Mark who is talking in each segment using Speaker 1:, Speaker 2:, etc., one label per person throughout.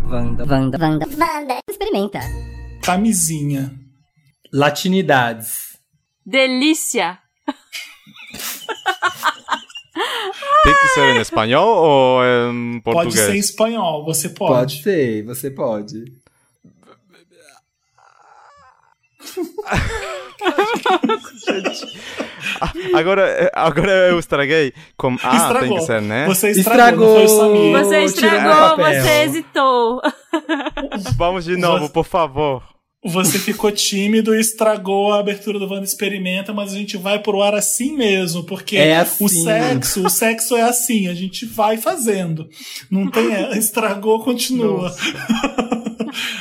Speaker 1: Vanda, Vanda, Vanda, experimenta.
Speaker 2: Camisinha.
Speaker 3: Latinidades.
Speaker 4: Delícia.
Speaker 5: Tem que ser em espanhol ou em
Speaker 2: Pode ser em
Speaker 5: português?
Speaker 2: espanhol, você
Speaker 3: Pode
Speaker 2: pode.
Speaker 3: ser, você pode.
Speaker 5: Agora, eh, agora eu estraguei. Com A tem
Speaker 2: Estragou.
Speaker 5: que ser, né?
Speaker 2: Você estragou,
Speaker 3: Estragou.
Speaker 2: não foi o Samir.
Speaker 4: Você
Speaker 3: tirando
Speaker 4: estragou,
Speaker 3: papel.
Speaker 4: você hesitou.
Speaker 5: Vamos de novo,
Speaker 2: Você-
Speaker 5: por favor.
Speaker 2: Você ficou tímido e estragou a abertura do Wanda Experimenta, mas a gente vai pro ar assim mesmo, porque
Speaker 3: É assim.
Speaker 2: o sexo, o sexo é assim, a gente vai fazendo. Não tem, é, estragou, continua.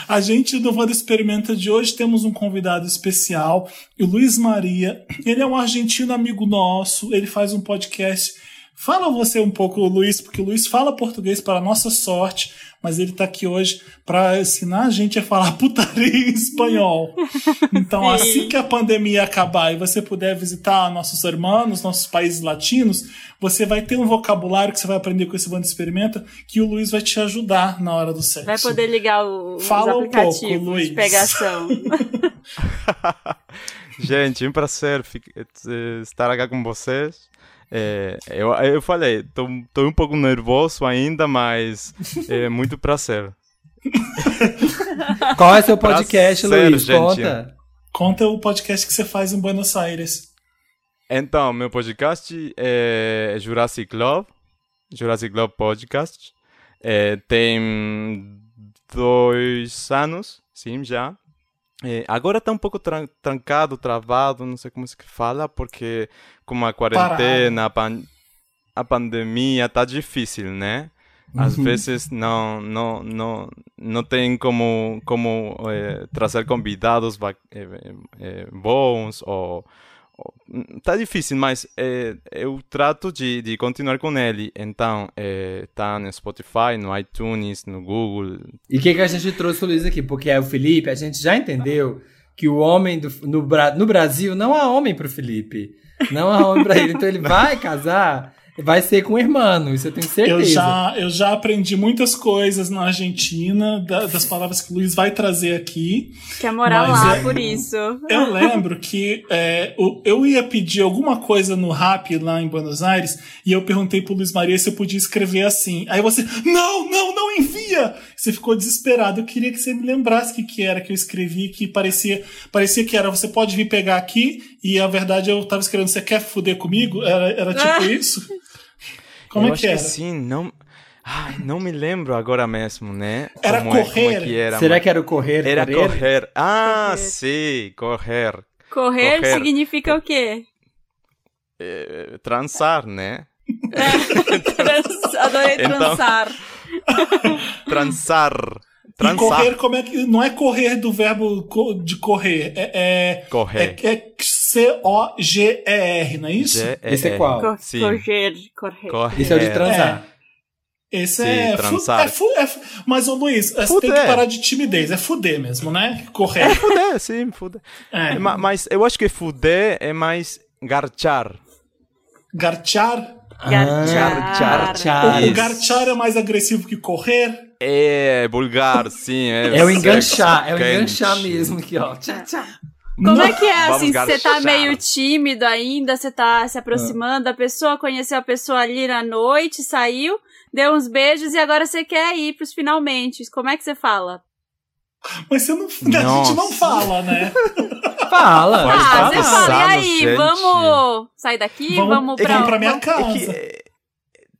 Speaker 2: a gente do Wanda Experimenta de hoje temos um convidado especial, o Luiz Maria. Ele é um argentino amigo nosso, ele faz um podcast. Fala você um pouco, Luiz, porque o Luiz fala português para a nossa sorte, mas ele tá aqui hoje para ensinar a gente a falar putaria em espanhol. Então,
Speaker 4: Sim.
Speaker 2: assim que a pandemia acabar e você puder visitar nossos irmãos, nossos países latinos, você vai ter um vocabulário que você vai aprender com esse bando experimenta que o Luiz vai te ajudar na hora do sexo.
Speaker 4: Vai poder ligar o, os
Speaker 2: Fala um pouco,
Speaker 4: aplicativos
Speaker 2: Luiz.
Speaker 4: de pegação.
Speaker 5: Gente, é um prazer fi- eh, estar aqui com vocês. Eh, eu, eu falei, tô, tô um pouco nervoso ainda, mas é muito prazer.
Speaker 3: Qual é seu podcast,
Speaker 5: Prazer,
Speaker 3: Luiz?
Speaker 5: gente.
Speaker 3: Conta.
Speaker 2: Conta o podcast que você faz em Buenos Aires.
Speaker 5: Então, meu podcast é Jurassic Club, Jurassic Club Podcast. É, tem dois anos, sim, já. É, agora tá um pouco tran- trancado, travado, não sei como se que fala, porque com a quarentena, a, pan- a pandemia, tá difícil, né? Às vezes não, não, não, não tem como, como é, trazer convidados ba- é, é, bons ou Tá difícil, mas é, eu trato de, de continuar com ele. Então, é, tá no Spotify, no iTunes, no Google.
Speaker 3: E o que, que a gente trouxe o Luiz aqui? Porque é o Felipe, a gente já entendeu que o homem do, no, Bra- no Brasil não há homem pro Felipe. Não há homem pra ele. Então ele vai casar, vai ser com o irmão, isso eu tenho certeza.
Speaker 2: Eu já, eu já aprendi muitas coisas na Argentina, da- das palavras que o Luiz vai trazer aqui.
Speaker 4: Quer morar
Speaker 2: Mas
Speaker 4: lá
Speaker 2: é-
Speaker 4: por isso.
Speaker 2: Eu lembro que é, o- eu ia pedir alguma coisa no rap lá em Buenos Aires e eu perguntei pro Luiz Maria se eu podia escrever assim. Aí você, não, não, não envia! Você ficou desesperado. Eu queria que você me lembrasse o que, que era que eu escrevi, que parecia, parecia que era você pode vir pegar aqui e a verdade eu tava escrevendo você quer fuder comigo? Era, era tipo isso? Como
Speaker 5: eu
Speaker 2: é
Speaker 5: acho
Speaker 2: que era?
Speaker 5: sim, não. Ai, não me lembro agora mesmo, né?
Speaker 2: Era
Speaker 5: como é- como é
Speaker 2: correr?
Speaker 5: que era,
Speaker 3: Será
Speaker 5: mas-
Speaker 3: que era o correr?
Speaker 5: era
Speaker 3: correr?
Speaker 5: correr? Ah,
Speaker 4: Correr.
Speaker 5: sim, correr.
Speaker 4: Correr,
Speaker 5: Correr.
Speaker 4: significa o quê?
Speaker 5: É, transar, né?
Speaker 4: É, Trans- Adorei
Speaker 5: Então-
Speaker 4: transar.
Speaker 5: Transar.
Speaker 2: E
Speaker 5: Transar.
Speaker 2: correr, como é que. Não é correr do verbo co- de correr, é. É,
Speaker 5: Correr.
Speaker 2: é, é C-O-G-E-R, não é isso?
Speaker 5: G-E-R.
Speaker 3: Esse é qual?
Speaker 4: Cor-
Speaker 5: Sim.
Speaker 4: Correr, correr.
Speaker 5: Correr.
Speaker 3: Isso é o de transar.
Speaker 2: Esse
Speaker 5: Sim,
Speaker 2: é, fu-
Speaker 5: transar.
Speaker 2: é, fu- é fu- Mas, ô Luiz, você tem
Speaker 5: Fuder.
Speaker 2: que parar de timidez. É fuder mesmo, né? Correr.
Speaker 5: Fuder, sim, fuder.
Speaker 2: É.
Speaker 5: Ma- Mas eu acho que fuder é mais garchar.
Speaker 2: Garchar.
Speaker 4: É.
Speaker 3: Ah,
Speaker 4: Garchar.
Speaker 3: Garchar.
Speaker 2: O
Speaker 5: Isso.
Speaker 2: garchar é mais agressivo que correr.
Speaker 5: É, vulgar, sim. É,
Speaker 3: É o
Speaker 5: sexo
Speaker 3: enganchar, é o
Speaker 5: quente.
Speaker 3: enganchar mesmo aqui, ó. Tchá, tchá.
Speaker 4: Como é que é
Speaker 5: Vamos
Speaker 4: assim? Você tá
Speaker 5: garchar.
Speaker 4: meio tímido ainda, você tá se aproximando
Speaker 5: Ah.
Speaker 4: da pessoa, conheceu a pessoa ali na noite, saiu, deu uns beijos e agora você quer ir pros finalmente. Como é que você fala?
Speaker 2: Mas você não, a
Speaker 5: Nossa.
Speaker 2: gente não fala, né?
Speaker 3: Fala.
Speaker 5: Mas
Speaker 4: ah,
Speaker 5: tá
Speaker 4: você
Speaker 5: passado,
Speaker 4: fala, e aí,
Speaker 5: gente.
Speaker 4: vamos sair daqui?
Speaker 2: Vamos-
Speaker 4: Vamos,
Speaker 2: é que
Speaker 4: pra.
Speaker 2: pra minha casa.
Speaker 5: É que, é,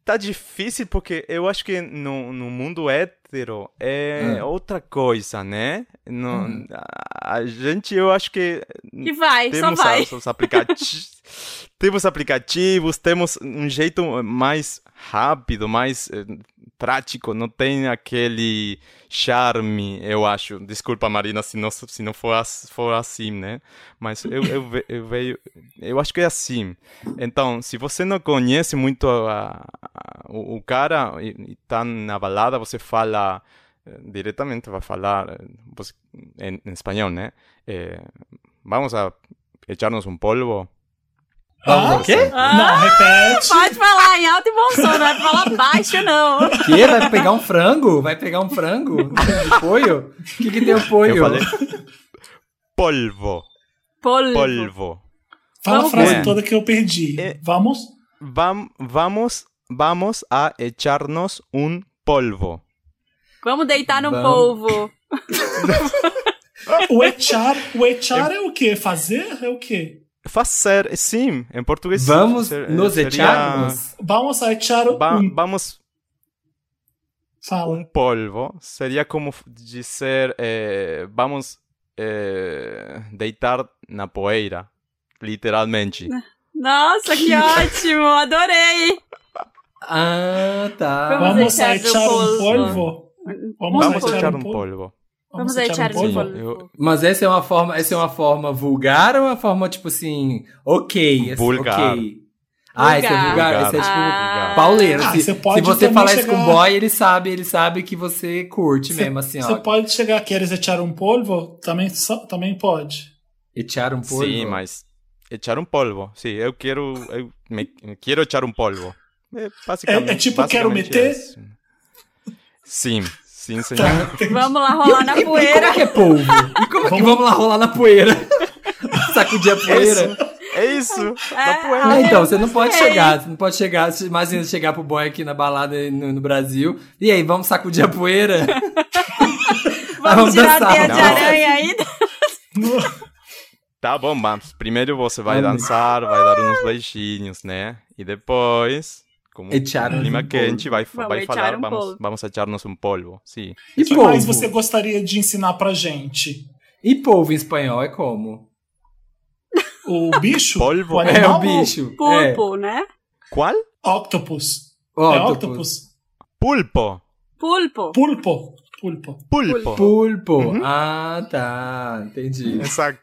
Speaker 5: tá difícil porque eu acho que no, no mundo hétero é
Speaker 3: Hum.
Speaker 5: outra coisa, né? No,
Speaker 3: Hum.
Speaker 5: a, a gente, eu acho que
Speaker 4: E vai,
Speaker 5: temos
Speaker 4: só vai.
Speaker 5: a- os aplicativos. temos aplicativos, temos um jeito mais rápido, mais eh, prático, não tem aquele charme, eu acho. Desculpa, Marina, se não, se não for, as- for assim, né? Mas eu, eu, ve- eu veio. Eu acho que é assim. Então, se você não conhece muito a- a- o, o cara e, e tá na balada, você fala eh, diretamente, vai falar eh, você- em, em espanhol, né? Eh, vamos a echarnos um polvo.
Speaker 3: Vamos ao quê?
Speaker 4: Ah,
Speaker 2: Não, repete.
Speaker 4: Pode falar em alto e bom som, não é pra falar baixo, não.
Speaker 3: Quê? Vai pegar um frango? Vai pegar um frango? Não tem de poio? O que, que tem o
Speaker 5: Eu
Speaker 3: poio?
Speaker 5: falei. Polvo.
Speaker 4: Polvo.
Speaker 5: Polvo.
Speaker 2: Fala a
Speaker 4: Vamos
Speaker 2: frase
Speaker 5: ver.
Speaker 2: toda que eu perdi.
Speaker 5: É.
Speaker 2: Vamos.
Speaker 5: Vam- vamos, vamos a echarnos un polvo.
Speaker 4: Vamos deitar num
Speaker 3: Vamos.
Speaker 4: polvo.
Speaker 2: O echar, o echar é o quê? Fazer é o quê?
Speaker 5: Fazer, sim, em português.
Speaker 3: Vamos
Speaker 5: ser-
Speaker 3: nos
Speaker 5: seria-
Speaker 3: echarmos?
Speaker 2: Vamos a echar um.
Speaker 5: Va- vamos
Speaker 2: Fala.
Speaker 5: un polvo sería como f- dizer eh, vamos eh, deitar na poeira, literalmente.
Speaker 4: Nossa, que ótimo! Adorei!
Speaker 3: Ah, tá.
Speaker 4: Vamos
Speaker 2: Vamos a
Speaker 4: echar um
Speaker 2: echar um
Speaker 4: polvo.
Speaker 2: polvo. Vamos,
Speaker 5: Vamos echar um polvo.
Speaker 4: Vamos a echar um
Speaker 5: polvo?
Speaker 4: polvo.
Speaker 5: Eu-
Speaker 3: Mas essa é uma forma, essa é uma forma vulgar ou uma forma tipo assim, ok, assim,
Speaker 5: Vulgar.
Speaker 3: ok. Ah, esse é vulgar, esse é tipo
Speaker 4: Ah.
Speaker 3: pauleiro.
Speaker 2: Ah,
Speaker 3: se,
Speaker 2: você
Speaker 3: se
Speaker 2: pode
Speaker 3: você
Speaker 2: também
Speaker 3: falar isso
Speaker 2: chegar-
Speaker 3: com o boy, ele sabe, ele sabe que você curte mesmo assim,
Speaker 2: Você
Speaker 3: ó.
Speaker 2: pode chegar, queres echar um polvo? Também, só- também pode.
Speaker 3: Echar um pouco.
Speaker 5: Sim, mas echar um polvo. Sim, eu quero eu me, me quero echar um polvo. É, basicamente,
Speaker 2: É- é tipo, quero
Speaker 5: basicamente
Speaker 2: meter?
Speaker 5: é isso. sim, sim, senhor.
Speaker 2: Tá, tem-
Speaker 4: Vamos lá rolar na
Speaker 3: E como é
Speaker 4: poeira.
Speaker 3: que é polvo? E como é que
Speaker 2: Vamos-
Speaker 3: vamos lá rolar na poeira? Sacudir a
Speaker 5: É isso,
Speaker 3: poeira?
Speaker 5: é isso. na
Speaker 4: É,
Speaker 5: poeira.
Speaker 3: Ah,
Speaker 4: eu
Speaker 3: então, você não pode
Speaker 4: gostei.
Speaker 3: chegar, você não pode chegar, você imagina chegar pro boy aqui na balada no, no Brasil, e aí, vamos sacudir a poeira? Ah,
Speaker 4: Vamos tirar a
Speaker 3: dançar.
Speaker 4: teia de
Speaker 5: Não.
Speaker 4: aranha ainda.
Speaker 5: Tá bom, mas primeiro você vai
Speaker 3: Vamos.
Speaker 5: dançar, vai dar uns beijinhos, né? E depois, como
Speaker 3: Echar
Speaker 5: um
Speaker 3: um
Speaker 5: clima
Speaker 3: polvo.
Speaker 5: quente, vai,
Speaker 4: Vamos
Speaker 5: vai
Speaker 4: echar
Speaker 5: falar,
Speaker 4: um
Speaker 5: vamos,
Speaker 4: polvo.
Speaker 5: vamos echar-nos um polvo. Sim.
Speaker 3: E
Speaker 2: O que mais
Speaker 3: polvo?
Speaker 2: você gostaria de ensinar pra gente?
Speaker 3: E polvo em espanhol é como?
Speaker 2: O bicho?
Speaker 5: Polvo?
Speaker 2: O
Speaker 5: É,
Speaker 3: É, o
Speaker 2: animal?
Speaker 3: bicho. É.
Speaker 4: Pulpo, né?
Speaker 5: Qual?
Speaker 2: Octopus.
Speaker 3: Ó,
Speaker 2: É
Speaker 3: Octopus.
Speaker 2: octopus.
Speaker 5: Pulpo.
Speaker 4: Pulpo.
Speaker 2: Pulpo. Pulpo.
Speaker 5: Pulpo.
Speaker 3: Pulpo.
Speaker 4: Uhum.
Speaker 3: Ah, tá. Entendi.
Speaker 5: Exato.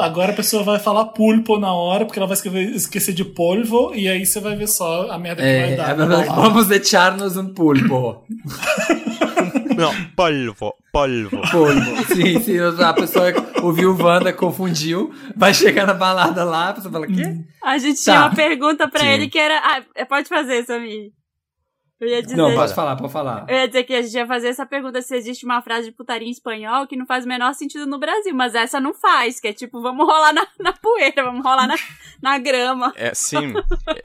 Speaker 2: Agora a pessoa vai falar pulpo na hora, porque ela vai escrever- esquecer de polvo, e aí você vai ver só a merda que
Speaker 3: É,
Speaker 2: vai dar.
Speaker 3: vamos echarnos um pulpo.
Speaker 5: Não, polvo, polvo.
Speaker 3: Polvo. Sim, se a pessoa ouviu o Wanda, confundiu, vai chegar na balada lá, a pessoa fala, quê?
Speaker 4: A gente
Speaker 3: Tá.
Speaker 4: tinha uma pergunta pra
Speaker 5: Sim.
Speaker 4: ele que era. Ah, pode fazer, Samir. Eu ia dizer.
Speaker 3: Não, pode falar, pode falar.
Speaker 4: Eu ia dizer que a gente ia fazer essa pergunta se existe uma frase de putaria em espanhol que não faz o menor sentido no Brasil, mas essa não faz, que é tipo, vamos rolar na, na poeira, vamos rolar na, na grama.
Speaker 5: É, sim,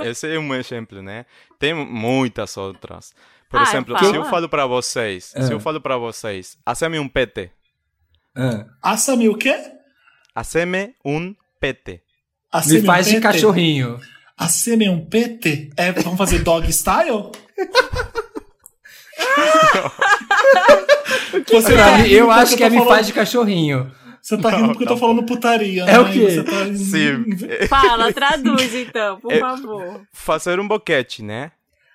Speaker 5: esse é um exemplo, né? Tem muitas outras. Por
Speaker 4: Ah,
Speaker 5: exemplo,
Speaker 4: fala.
Speaker 5: se eu falo pra vocês, se eu
Speaker 3: Ah.
Speaker 5: falo pra vocês, haceme um pete.
Speaker 3: Ah,
Speaker 2: Assami o quê?
Speaker 5: Haceme um pete.
Speaker 3: me
Speaker 2: Assame
Speaker 3: faz
Speaker 2: um
Speaker 3: de
Speaker 2: pete?
Speaker 3: cachorrinho.
Speaker 2: Assame um pete? É, vamos fazer dog style? Você
Speaker 3: Pra
Speaker 2: tá
Speaker 3: mim,
Speaker 2: rindo
Speaker 3: eu
Speaker 2: porque
Speaker 3: acho que
Speaker 2: tô
Speaker 3: é me
Speaker 2: falando-
Speaker 3: faz de cachorrinho.
Speaker 2: Você tá rindo porque eu tô falando putaria,
Speaker 3: É o
Speaker 2: né?
Speaker 3: quê?
Speaker 2: Você tá-
Speaker 5: Sim,
Speaker 4: Fala, traduz então, por
Speaker 5: É.
Speaker 4: favor.
Speaker 5: fazer um boquete, né?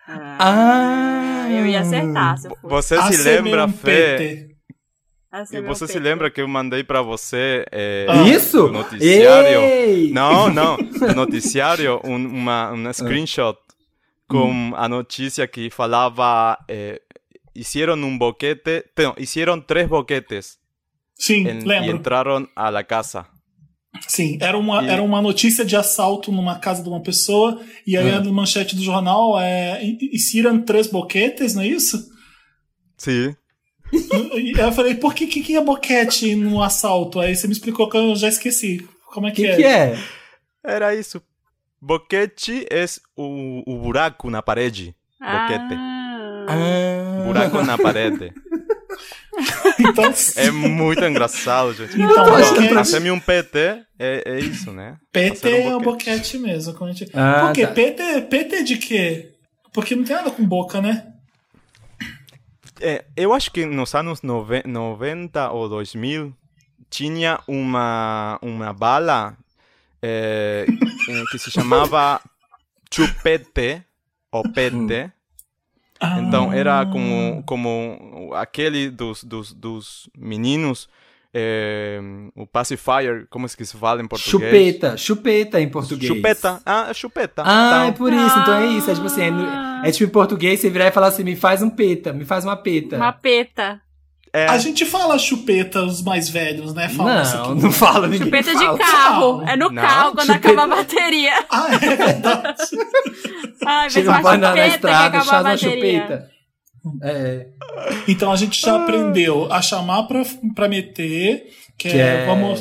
Speaker 3: Ah,
Speaker 4: Eu ia acertar, se eu fosse.
Speaker 5: Você se
Speaker 2: Assame
Speaker 5: lembra,
Speaker 2: um
Speaker 5: Fê,
Speaker 2: pete.
Speaker 5: E
Speaker 4: Assim, meu
Speaker 5: você se
Speaker 4: peito.
Speaker 5: lembra que eu mandei pra você eh,
Speaker 2: Ah.
Speaker 3: Isso?
Speaker 5: do noticiário?
Speaker 3: Ei!
Speaker 5: Não, não, do noticiário, um, uma, uma screenshot com a notícia que falava eh, hicieron um boquete, não, hicieron três boquetes
Speaker 2: Sim,
Speaker 5: en- e
Speaker 2: lembro.
Speaker 5: entraram a la casa.
Speaker 2: Sim, era uma,
Speaker 5: E-
Speaker 2: era uma notícia de assalto numa casa de uma pessoa, e aí
Speaker 5: É.
Speaker 3: Ah.
Speaker 2: a manchete do jornal é Isiran três boquetes, não é isso?
Speaker 5: Sim.
Speaker 2: E aí eu falei, por que, que, que é boquete no assalto? Aí você me explicou que eu já esqueci. Como é
Speaker 3: O
Speaker 2: que,
Speaker 3: que, que é?
Speaker 5: Era isso. Boquete é o, o buraco na parede. Boquete.
Speaker 4: Ah,
Speaker 3: Ah,
Speaker 5: Buraco na parede.
Speaker 2: Então,
Speaker 5: É muito engraçado, gente.
Speaker 2: Então,
Speaker 5: Bom,
Speaker 2: boquete-
Speaker 5: Haceme um PT, é, é isso, né?
Speaker 2: PT
Speaker 5: Fazer um
Speaker 2: é um boquete mesmo. Como a gente... por quê?
Speaker 3: tá.
Speaker 2: PT, PT de quê? Porque não tem nada com boca, né?
Speaker 5: É, eu acho que nos anos noven- 90 ou 2000 tinha uma, uma bala é, eh, que se chamava chupete ou pete.
Speaker 2: Ah,
Speaker 5: Então era como, como aquele dos, dos, dos meninos, eh, o pacifier, como é que se fala em português?
Speaker 3: Chupeta, chupeta em português.
Speaker 5: Chupeta. Ah, chupeta.
Speaker 3: Ah,
Speaker 5: Então,
Speaker 3: é por isso, então é isso. É assim, tipo assim, é, no- é tipo em português, você virar e falar assim, me faz um peta, me faz uma peta.
Speaker 4: uma peta.
Speaker 5: É,
Speaker 2: A gente fala chupeta, os mais velhos, né? Fala isso aqui.
Speaker 3: não, não fala ninguém.
Speaker 4: Chupeta
Speaker 3: fala.
Speaker 4: de carro. É no
Speaker 5: Não,
Speaker 4: carro quando
Speaker 3: chupeta-
Speaker 4: acaba a bateria.
Speaker 2: Ah, é verdade.
Speaker 4: Ai, mas
Speaker 3: Chega
Speaker 4: uma
Speaker 3: um banana na
Speaker 4: chupeta que
Speaker 3: estrada,
Speaker 4: acaba a
Speaker 3: chaz na
Speaker 4: bateria.
Speaker 3: chupeta. É,
Speaker 2: Então a gente já aprendeu a chamar pra, pra meter, que,
Speaker 3: que
Speaker 2: é,
Speaker 3: é...
Speaker 2: vamos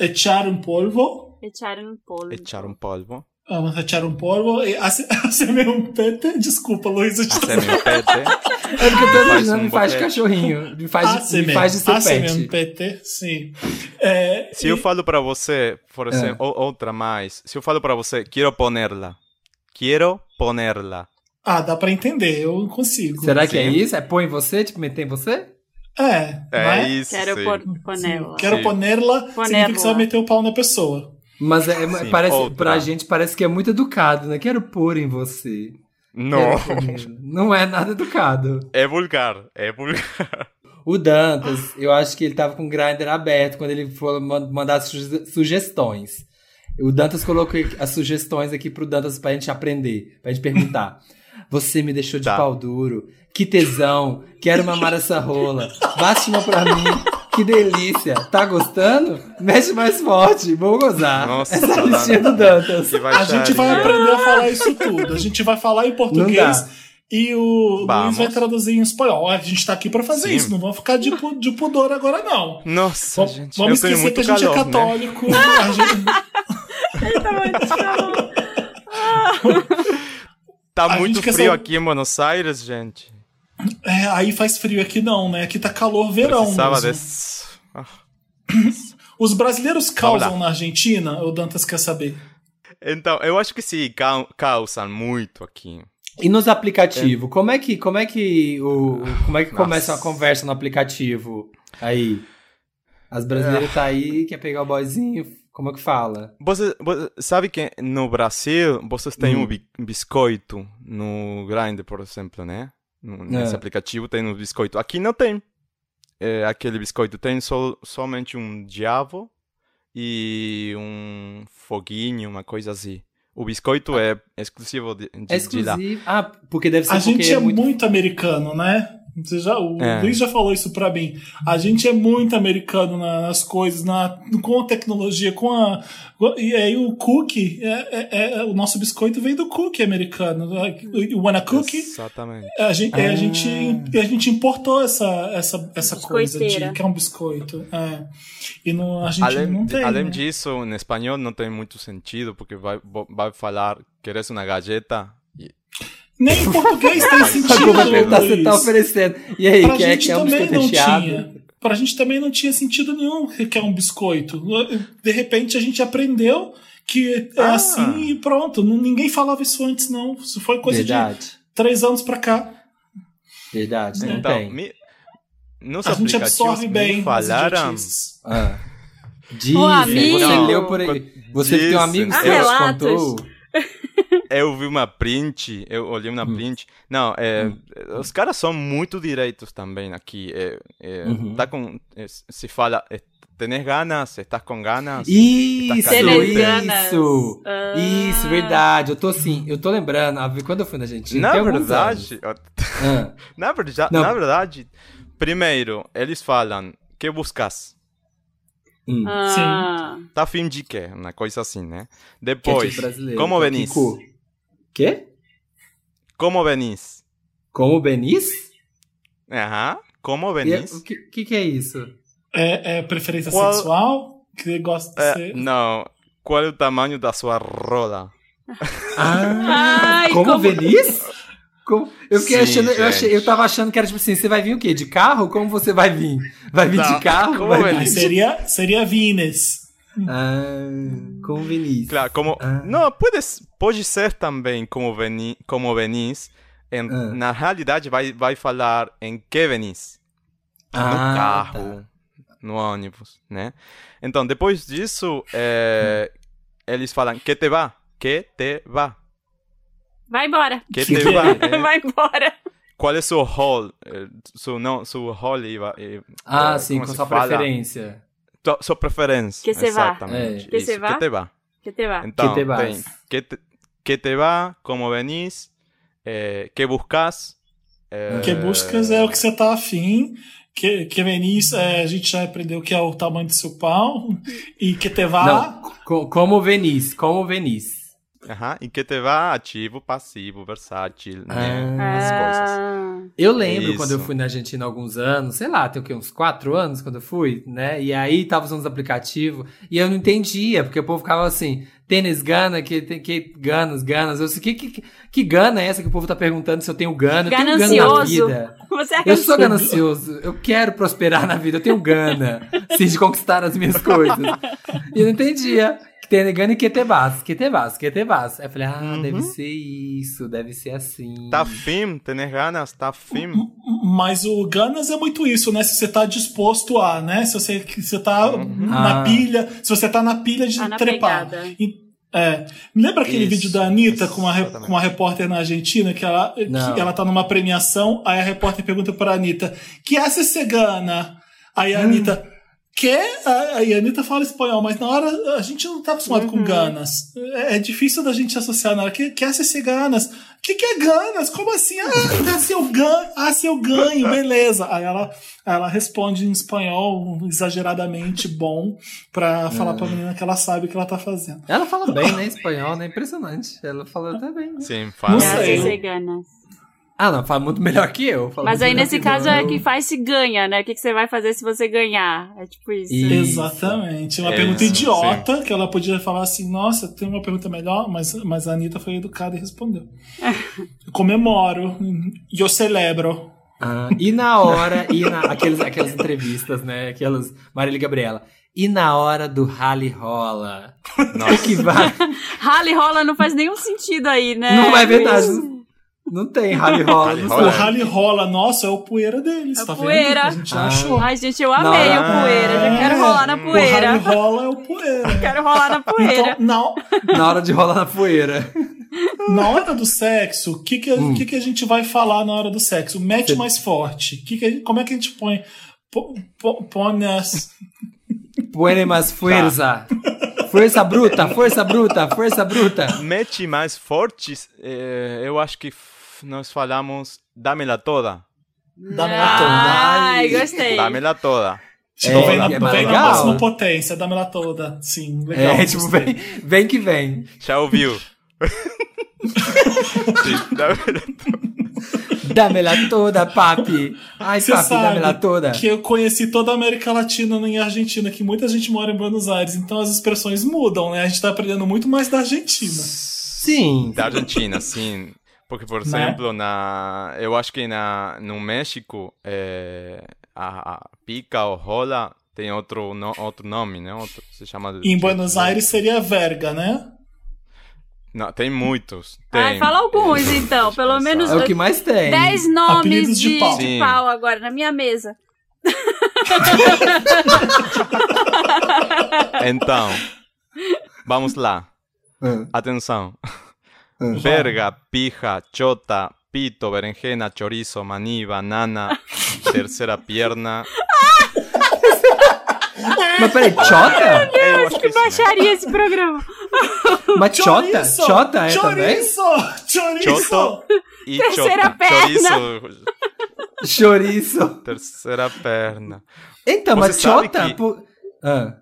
Speaker 2: echar um polvo.
Speaker 4: Echaram um polo.
Speaker 5: echar um polvo.
Speaker 2: Vamos echar um polvo. e ace- Acemer um pete. Desculpa, Luiz. eu te-
Speaker 5: Você me pede.
Speaker 3: É porque eu tô
Speaker 5: Faz
Speaker 3: imaginando,
Speaker 5: um
Speaker 3: me faz de
Speaker 5: boquete.
Speaker 3: cachorrinho, me faz, de-
Speaker 4: Assim
Speaker 2: Acemer.
Speaker 3: me faz de
Speaker 2: Acemer um
Speaker 3: serpente.
Speaker 2: pete, sim. É,
Speaker 5: Se
Speaker 2: e- Ah.
Speaker 5: eu falo pra você, por exemplo, ou- outra mais. Se eu falo pra você, quero ponerla. Quero ponerla.
Speaker 2: Ah, dá pra entender. Eu consigo.
Speaker 3: Será que é
Speaker 5: Sim.
Speaker 3: isso? É pôr em você, tipo, meter em você?
Speaker 2: É,
Speaker 5: É
Speaker 2: não é?
Speaker 5: isso.
Speaker 4: Quero
Speaker 5: sim.
Speaker 4: pôr panela.
Speaker 2: Quero
Speaker 5: Sim.
Speaker 2: ponerla, significa que você
Speaker 4: Ponerla.
Speaker 2: vai meter o pau na pessoa.
Speaker 3: Mas é,
Speaker 5: Sim, né?
Speaker 3: parece,
Speaker 5: outra.
Speaker 3: pra gente parece que é muito educado, né? Quero pôr em você.
Speaker 5: Não,
Speaker 3: Quero pôr nele. Não é nada educado.
Speaker 5: é vulgar. É vulgar.
Speaker 3: O Dantas, eu acho que ele tava com o grinder aberto quando ele for man- mandar suge- sugestões. O Dantas colocou as sugestões aqui pro Dantas pra gente aprender, pra gente perguntar. Você me deixou de
Speaker 5: Tá.
Speaker 3: pau duro. Que tesão. Quero mamar essa rola. Bate uma pra mim. Que delícia. Tá gostando? Mexe mais forte. Vou gozar.
Speaker 5: Nossa,
Speaker 3: Essa é a
Speaker 5: Dantas.
Speaker 3: listinha do Dantas.
Speaker 5: Que vai
Speaker 2: Ah. Tá A gente vai
Speaker 5: charinha.
Speaker 2: aprender a falar isso tudo. A gente vai falar em português
Speaker 3: dá.
Speaker 2: e o Luiz
Speaker 5: Vamos.
Speaker 2: vai traduzir em espanhol. A gente tá aqui pra fazer
Speaker 5: Sim.
Speaker 2: isso, não vamos ficar de, pu- de pudor agora, não.
Speaker 5: Nossa,
Speaker 2: Vamos-
Speaker 5: gente.
Speaker 2: vamos
Speaker 5: eu tenho
Speaker 2: esquecer
Speaker 5: muito
Speaker 2: que a gente
Speaker 5: calor,
Speaker 2: é
Speaker 5: né?
Speaker 2: católico. a gente-
Speaker 4: Tá muito calor.
Speaker 5: Tá
Speaker 2: A
Speaker 5: muito
Speaker 2: gente quer
Speaker 5: frio
Speaker 2: saber-
Speaker 5: aqui em Buenos Aires, gente.
Speaker 2: é, aí faz frio aqui não, né? Aqui tá calor verão.
Speaker 5: Precisava
Speaker 2: mesmo.
Speaker 5: desse. Ah.
Speaker 2: Os brasileiros causam
Speaker 5: lá.
Speaker 2: na Argentina? O Dantas quer saber.
Speaker 5: Então, eu acho que sim, cau- causam muito aqui.
Speaker 3: E nos aplicativos, como é que como é que o o- como é que
Speaker 5: Nossa.
Speaker 3: começa uma conversa no aplicativo? Aí as brasileiras tá aí
Speaker 5: É.
Speaker 3: quer pegar o boyzinho, como é que fala?
Speaker 5: Você, você- sabe que no Brasil vocês têm
Speaker 3: Hum.
Speaker 5: um bi- biscoito no Grindr, por exemplo, né? No- Nesse
Speaker 3: É.
Speaker 5: aplicativo tem um biscoito. Aqui não tem. É, aquele biscoito tem só, somente um diabo e um foguinho, uma coisa assim. O
Speaker 2: Ah.
Speaker 5: biscoito é exclusivo de, de,
Speaker 3: É
Speaker 5: de lá.
Speaker 3: exclusivo. Ah, porque deve ser
Speaker 2: a
Speaker 3: porque
Speaker 2: gente
Speaker 3: é muito
Speaker 2: americano, né? Você já, o
Speaker 5: É.
Speaker 2: Luiz já falou isso pra mim. A gente é muito americano na- nas coisas, na, com a tecnologia, com a. E aí o cookie, é- é- é- o nosso biscoito vem do cookie americano. O Wanna Cookie,
Speaker 5: Exatamente.
Speaker 2: a gente, é, a,
Speaker 3: Ah.
Speaker 2: gente, a gente importou essa, essa, essa coisa de
Speaker 4: Biscoiteira.
Speaker 2: que é um biscoito. é. E não, a gente
Speaker 5: Além,
Speaker 2: não
Speaker 5: de-
Speaker 2: tem.
Speaker 5: além
Speaker 2: né?
Speaker 5: disso, em espanhol não tem muito sentido, porque vai, bo- vai falar, queres uma galleta? E-
Speaker 2: Nem em português tem
Speaker 3: a
Speaker 2: sentido.
Speaker 3: Globo vai perguntar se
Speaker 2: Luiz.
Speaker 3: tá oferecendo. E aí,
Speaker 2: pra
Speaker 3: quer
Speaker 2: gente
Speaker 3: que é um
Speaker 2: também
Speaker 3: biscoito
Speaker 2: não
Speaker 3: recheado?
Speaker 2: tinha. Pra gente também não tinha sentido nenhum que é um biscoito. De repente a gente aprendeu que é
Speaker 5: Ah.
Speaker 2: assim e pronto. N- Ninguém falava isso antes, não. Isso foi coisa
Speaker 3: Verdade.
Speaker 2: de três anos pra cá.
Speaker 3: Verdade, não
Speaker 5: Então,
Speaker 3: tem.
Speaker 5: me, nos
Speaker 2: a gente
Speaker 5: aplicativos
Speaker 2: absorve
Speaker 5: me
Speaker 2: bem. as
Speaker 5: falaram...
Speaker 2: idiotices.
Speaker 3: Ah. Dizem,
Speaker 4: amigo.
Speaker 3: você leu por aí.
Speaker 5: Quando-
Speaker 3: Você tem um amigo
Speaker 5: Dizem.
Speaker 3: seu que te
Speaker 4: Relatos.
Speaker 3: contou.
Speaker 5: Eu vi uma print, eu olhei uma
Speaker 3: Hum.
Speaker 5: print. Não, é, os caras são muito direitos também aqui. É, é,
Speaker 3: Uhum.
Speaker 5: tá com, é, se fala, é, tenés ganas, estás com ganas.
Speaker 3: Isso,
Speaker 5: Teles
Speaker 3: isso.
Speaker 4: Ganas. Ah.
Speaker 3: Isso, verdade. Eu tô assim, eu tô lembrando, a- quando eu fui na Argentina.
Speaker 5: na
Speaker 3: tem alguns
Speaker 5: verdade,
Speaker 3: anos. Ah,
Speaker 5: na verdade,
Speaker 3: Não.
Speaker 5: na verdade, primeiro, eles falam, que buscas?
Speaker 3: hum.
Speaker 4: Ah,
Speaker 5: Tá a fim de quê? Uma coisa assim, né?
Speaker 3: Que é tipo
Speaker 5: Depois,
Speaker 3: brasileiro,
Speaker 5: como
Speaker 3: que é
Speaker 5: venís?
Speaker 3: Kiko. Quê?
Speaker 5: Como venís?
Speaker 3: Como Benis?
Speaker 5: Aham, como
Speaker 3: E é-
Speaker 5: venís?
Speaker 3: O que, que que é isso?
Speaker 2: É, é preferência
Speaker 5: Qual-
Speaker 2: sexual? Que gosta de
Speaker 5: É,
Speaker 2: ser.
Speaker 5: não, qual é o tamanho da sua roda?
Speaker 3: Ah,
Speaker 4: Ai,
Speaker 3: como,
Speaker 4: como-
Speaker 3: Benis? Como- Eu fiquei
Speaker 5: Sim,
Speaker 3: achando, eu, achei-
Speaker 5: gente.
Speaker 3: eu tava achando que era tipo assim, você vai vir o quê? De carro? Como você vai vir? Vai vir
Speaker 5: Não,
Speaker 3: de carro?
Speaker 5: como
Speaker 3: vai
Speaker 5: Benis?
Speaker 2: Aí seria, seria Vines.
Speaker 3: Ah, como Benis.
Speaker 5: Claro, como.
Speaker 3: Ah.
Speaker 5: Não, pode, pode ser também como, veni, como venis. Em,
Speaker 3: Ah.
Speaker 5: Na realidade, vai, vai falar em que venis. no
Speaker 3: Ah,
Speaker 5: carro,
Speaker 3: tá.
Speaker 5: no ônibus, né? Então, depois disso, eh, eles falam que te vá, que te vá,
Speaker 4: vai embora.
Speaker 5: que
Speaker 2: Que
Speaker 5: te
Speaker 2: te
Speaker 5: vá.
Speaker 3: É.
Speaker 5: né?
Speaker 4: Vai embora.
Speaker 5: Qual é seu rol? eh, Seu, não, seu rol e, va- e
Speaker 3: Ah,
Speaker 5: eh,
Speaker 3: sim,
Speaker 5: como
Speaker 3: com
Speaker 5: se
Speaker 3: sua
Speaker 5: fala?
Speaker 3: preferência.
Speaker 5: tua- sua preferência.
Speaker 4: Que se vá.
Speaker 5: Exatamente.
Speaker 3: É.
Speaker 4: Que
Speaker 5: isso,
Speaker 4: se vá.
Speaker 5: Que te vá.
Speaker 4: Que te vá.
Speaker 5: Então,
Speaker 3: Que te vas.
Speaker 5: tem que te, que te va, como venís, eh, que buscas. eh,
Speaker 2: é Que buscas é o que você tá afim. que, que menis, é, a gente já aprendeu que é o tamanho do seu pau. E que te vá.
Speaker 3: Não,
Speaker 5: Ah.
Speaker 3: co- como Venice, como Venice.
Speaker 5: Aham, e que te vá ativo, passivo, versátil, né?
Speaker 3: Ah.
Speaker 5: As coisas.
Speaker 4: Ah,
Speaker 3: Eu lembro
Speaker 5: Isso.
Speaker 3: quando eu fui na Argentina há alguns anos, sei lá, tem o quê? Uns quatro anos quando eu fui, né? E aí tava usando os aplicativos e eu não entendia, porque o povo ficava assim, tênis Gana, que, que Ganas, Ganas. Eu disse, que, que, que Gana é essa que o povo tá perguntando se eu tenho Gana? Eu tenho Gana na
Speaker 4: Ganancioso.
Speaker 3: vida.
Speaker 4: você é
Speaker 3: Eu sou ganancioso, eu quero prosperar na vida, eu tenho gana sim, de conquistar as minhas coisas. E eu não entendia. Que tem gana e que te vas, que te vas, que te vas. Aí eu falei, ah, deve ser isso, deve ser assim.
Speaker 5: Uhum. Tá fim, tener ganas, tá fim.
Speaker 2: Mas o Ganas é muito isso, né? Se você tá disposto a, né? Se você, que você tá na
Speaker 5: Uhum.
Speaker 3: Ah.
Speaker 2: pilha, se você tá na pilha de
Speaker 4: Tá na
Speaker 2: trepar.
Speaker 4: pegada.
Speaker 2: E- é. Lembra aquele
Speaker 5: Isso,
Speaker 2: vídeo da Anitta com uma, re-
Speaker 5: exatamente.
Speaker 2: com uma repórter na Argentina que ela, que
Speaker 3: Não.
Speaker 2: ela tá numa premiação, aí a repórter pergunta pra Anitta, que essa é cegana? Aí a Anitta, que? Aí a Anitta fala espanhol, mas na hora a gente não tá acostumado com ganas. É, é difícil da gente associar na hora, que, que essa é ceganas? Que que é ganas? Como assim? Ah, ah, seu ganho, ah, seu ganho, beleza. Aí ela, ela responde em espanhol um exageradamente bom pra falar pra menina que ela sabe o que ela tá fazendo.
Speaker 3: Ela fala bem, né? Espanhol, né? Impressionante. Ela fala até bem. né?
Speaker 5: Sim, fala.
Speaker 2: Não sei.
Speaker 4: Graças ceganas.
Speaker 3: Ah, não, fala muito melhor que eu. fala
Speaker 4: Mas
Speaker 3: muito
Speaker 4: aí
Speaker 3: melhor
Speaker 4: nesse
Speaker 3: que
Speaker 4: caso
Speaker 3: eu.
Speaker 4: é que faz se ganha, né? O que, que você vai fazer se você ganhar? É tipo isso.
Speaker 3: E- Isso.
Speaker 2: Exatamente. Uma
Speaker 5: É
Speaker 2: pergunta
Speaker 5: isso,
Speaker 2: idiota, que ela podia falar assim, nossa, tem uma pergunta melhor, mas, mas a Anitta foi educada e respondeu. Eu comemoro, e eu celebro.
Speaker 3: Ah, e na hora, e na, aqueles, aquelas entrevistas, né? Aquelas. Marília e Gabriela. E na hora do rally rola. O
Speaker 5: Nossa,
Speaker 3: que vai.
Speaker 4: Rally rola não faz nenhum sentido aí, né?
Speaker 3: Não é verdade. Não tem rally rola.
Speaker 5: Rally
Speaker 3: não
Speaker 5: rola.
Speaker 2: O
Speaker 5: Olha.
Speaker 3: sei.
Speaker 2: rally rola, nossa, é o poeira deles,
Speaker 4: É o
Speaker 2: tá
Speaker 4: poeira.
Speaker 2: vendo? A gente
Speaker 3: Ah.
Speaker 2: achou.
Speaker 4: Ai, gente, eu amei
Speaker 3: Não.
Speaker 4: o poeira. Já quero
Speaker 2: É.
Speaker 4: rolar na
Speaker 5: O
Speaker 2: O rally
Speaker 4: poeira.
Speaker 2: rola é o poeira.
Speaker 4: Quero rolar na poeira.
Speaker 2: Então, não,
Speaker 5: é.
Speaker 3: Na hora de rolar na poeira.
Speaker 2: Na hora do sexo, o que que,
Speaker 5: Hum.
Speaker 2: que que a gente vai falar na hora do sexo? Mete mais forte. Que que a gente- como é que a gente põe? Pô- pô- Põe as.
Speaker 3: Põe mais
Speaker 5: Tá.
Speaker 3: força. Força bruta, força bruta, força bruta.
Speaker 5: mete mais fortes, eh, eu acho que f- nós falamos dámela toda.
Speaker 2: Dá
Speaker 4: Ai,
Speaker 3: Vai.
Speaker 4: gostei.
Speaker 5: Dámela toda.
Speaker 2: Tipo,
Speaker 5: é,
Speaker 2: vem na,
Speaker 5: é
Speaker 2: vem na
Speaker 5: legal.
Speaker 2: máxima potência, dá-me lá toda. Sim, legal.
Speaker 3: é, tipo, vem, vem que vem.
Speaker 5: Já ouviu? Sim, dámela
Speaker 3: Dá-me lá toda, papi. Ai,
Speaker 2: Você
Speaker 3: papi, dá-me lá
Speaker 2: sabe
Speaker 3: toda.
Speaker 2: que eu conheci toda a América Latina e Argentina, que muita gente mora em Buenos Aires, então as expressões mudam, né? A gente tá aprendendo muito mais da Argentina.
Speaker 3: Sim. tá.
Speaker 5: da Argentina, sim. Porque, por
Speaker 2: Né?
Speaker 5: exemplo, na, eu acho que na, no México, eh, a, a pica ou rola tem outro, no, outro nome, né? Outro, se chama de-
Speaker 2: Em Buenos Aires seria verga, né?
Speaker 5: Não, tem muitos. Tem.
Speaker 4: Ai, fala alguns então, pelo menos
Speaker 3: É o que mais tem.
Speaker 4: dez nomes
Speaker 2: Apelidos de
Speaker 4: de, de,
Speaker 2: pau.
Speaker 4: pau.
Speaker 5: Sim.
Speaker 4: agora na minha mesa.
Speaker 5: Então, vamos lá.
Speaker 2: É.
Speaker 3: Ah,
Speaker 5: Atenção.
Speaker 3: ah.
Speaker 5: Verga, pija, chota, pito, berenjena, chorizo, maní, banana, tercera pierna.
Speaker 3: Mas peraí, chota?
Speaker 5: Eu acho
Speaker 4: Que
Speaker 5: isso, né?
Speaker 4: baixaria esse programa.
Speaker 3: Mas chota? Chota é também?
Speaker 2: Chorizo! Chorizo!
Speaker 5: Choto y
Speaker 4: Tercera
Speaker 5: chota.
Speaker 4: perna.
Speaker 5: Chorizo,
Speaker 3: Chorizo.
Speaker 5: tercera perna.
Speaker 3: Então,
Speaker 5: Você
Speaker 3: mas
Speaker 5: sabe
Speaker 3: chota...
Speaker 5: que-
Speaker 3: pô- Ah.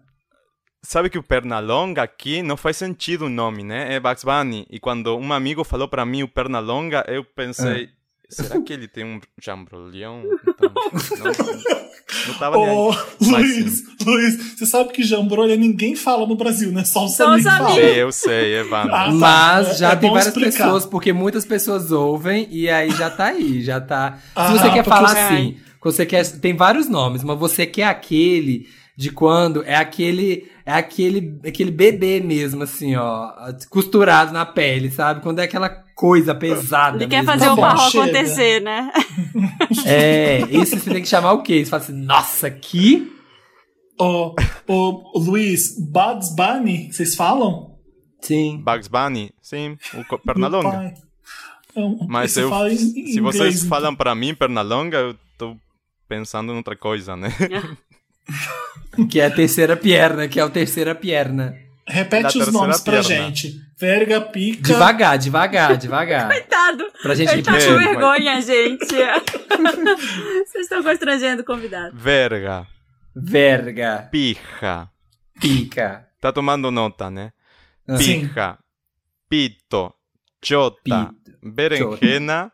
Speaker 5: Sabe que o Pernalonga aqui não faz sentido o nome, né? É Bugs Bunny. E quando um amigo falou pra mim o Pernalonga, eu pensei,
Speaker 2: É.
Speaker 5: será que ele tem um jambrolhão? Então, não, não tava nem aí.
Speaker 2: Ô,
Speaker 5: Mas
Speaker 2: Luiz, Luiz, você sabe que jambrolha ninguém fala no Brasil, né? Só os
Speaker 4: Só os
Speaker 2: amigos falam.
Speaker 4: amigos.
Speaker 5: Sim, eu sei, é Evandro.
Speaker 2: Ah, tá.
Speaker 3: Mas já
Speaker 2: É
Speaker 3: tem
Speaker 2: bom
Speaker 3: várias
Speaker 2: explicar.
Speaker 3: pessoas, porque muitas pessoas ouvem e aí já tá aí, já tá.
Speaker 2: Ah,
Speaker 3: Se você quer
Speaker 2: porque
Speaker 3: falar
Speaker 2: você- é.
Speaker 3: assim, você quer. Tem vários nomes, mas você quer aquele de quando é aquele. É aquele, aquele bebê mesmo, assim, ó, costurado na pele, sabe? Quando é aquela coisa pesada.
Speaker 4: Ele quer
Speaker 3: mesmo,
Speaker 4: fazer
Speaker 2: Tá
Speaker 4: o
Speaker 3: assim.
Speaker 2: bom,
Speaker 4: barro
Speaker 2: chega.
Speaker 4: acontecer, né?
Speaker 3: É, esse você tem que chamar o quê? Você fala assim, nossa, que.
Speaker 2: Ô, ô, Luiz, Bugs Bunny, vocês falam?
Speaker 3: Sim.
Speaker 5: Bugs Bunny, sim, o co- Pernalonga.
Speaker 2: Meu pai. É um-
Speaker 5: Tá Mas
Speaker 2: você
Speaker 5: eu,
Speaker 2: fala em- em
Speaker 5: se vocês
Speaker 2: inglês, então.
Speaker 5: falam pra mim Pernalonga, eu tô pensando em outra coisa, né?
Speaker 3: Que é a terceira perna, que é o terceira perna.
Speaker 2: Repete
Speaker 5: Da
Speaker 2: os nomes pra
Speaker 5: terceira perna.
Speaker 2: gente. Verga, pica.
Speaker 3: Devagar, devagar, devagar.
Speaker 4: Coitado.
Speaker 3: Pra gente
Speaker 4: Eu tô com
Speaker 5: entendo, mas-
Speaker 4: vergonha, gente. Vocês estão constrangendo o convidado.
Speaker 5: Verga.
Speaker 3: Verga.
Speaker 5: Pirra.
Speaker 3: Pica.
Speaker 5: Tá tomando nota, né?
Speaker 3: Ah,
Speaker 2: Sim.
Speaker 5: Pirra. Pito.
Speaker 2: Tá.
Speaker 5: Chota.
Speaker 3: pi-
Speaker 5: Berenjena.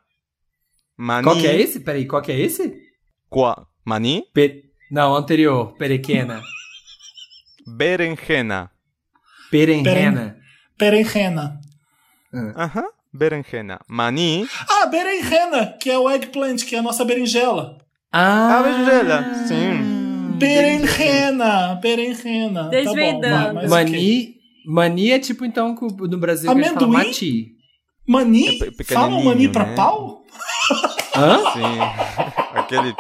Speaker 5: Mani.
Speaker 3: Qual que é esse? Peraí, qual que é esse?
Speaker 5: qua- Mani.
Speaker 3: Pe- Não, anterior. Perequena.
Speaker 5: Berenjena.
Speaker 3: Perenrena.
Speaker 2: Berenjena.
Speaker 5: Aham. Berenjena. Mani.
Speaker 2: Ah, berenjena, que é o eggplant, que é a nossa berinjela.
Speaker 3: Ah,
Speaker 5: Ah, berinjela. Sim.
Speaker 2: Berenjena, berenjena. Tá bom,
Speaker 4: Desvendando.
Speaker 2: vai, mas ok.
Speaker 3: Mani. Mani é tipo, então, que no Brasil que a gente fala
Speaker 2: Amendoim?
Speaker 3: mati.
Speaker 5: É
Speaker 2: Mani?
Speaker 5: pe- pequenininho,
Speaker 2: Falam mani pra
Speaker 5: né?
Speaker 2: pau?
Speaker 3: Hã?
Speaker 5: Sim. Aquele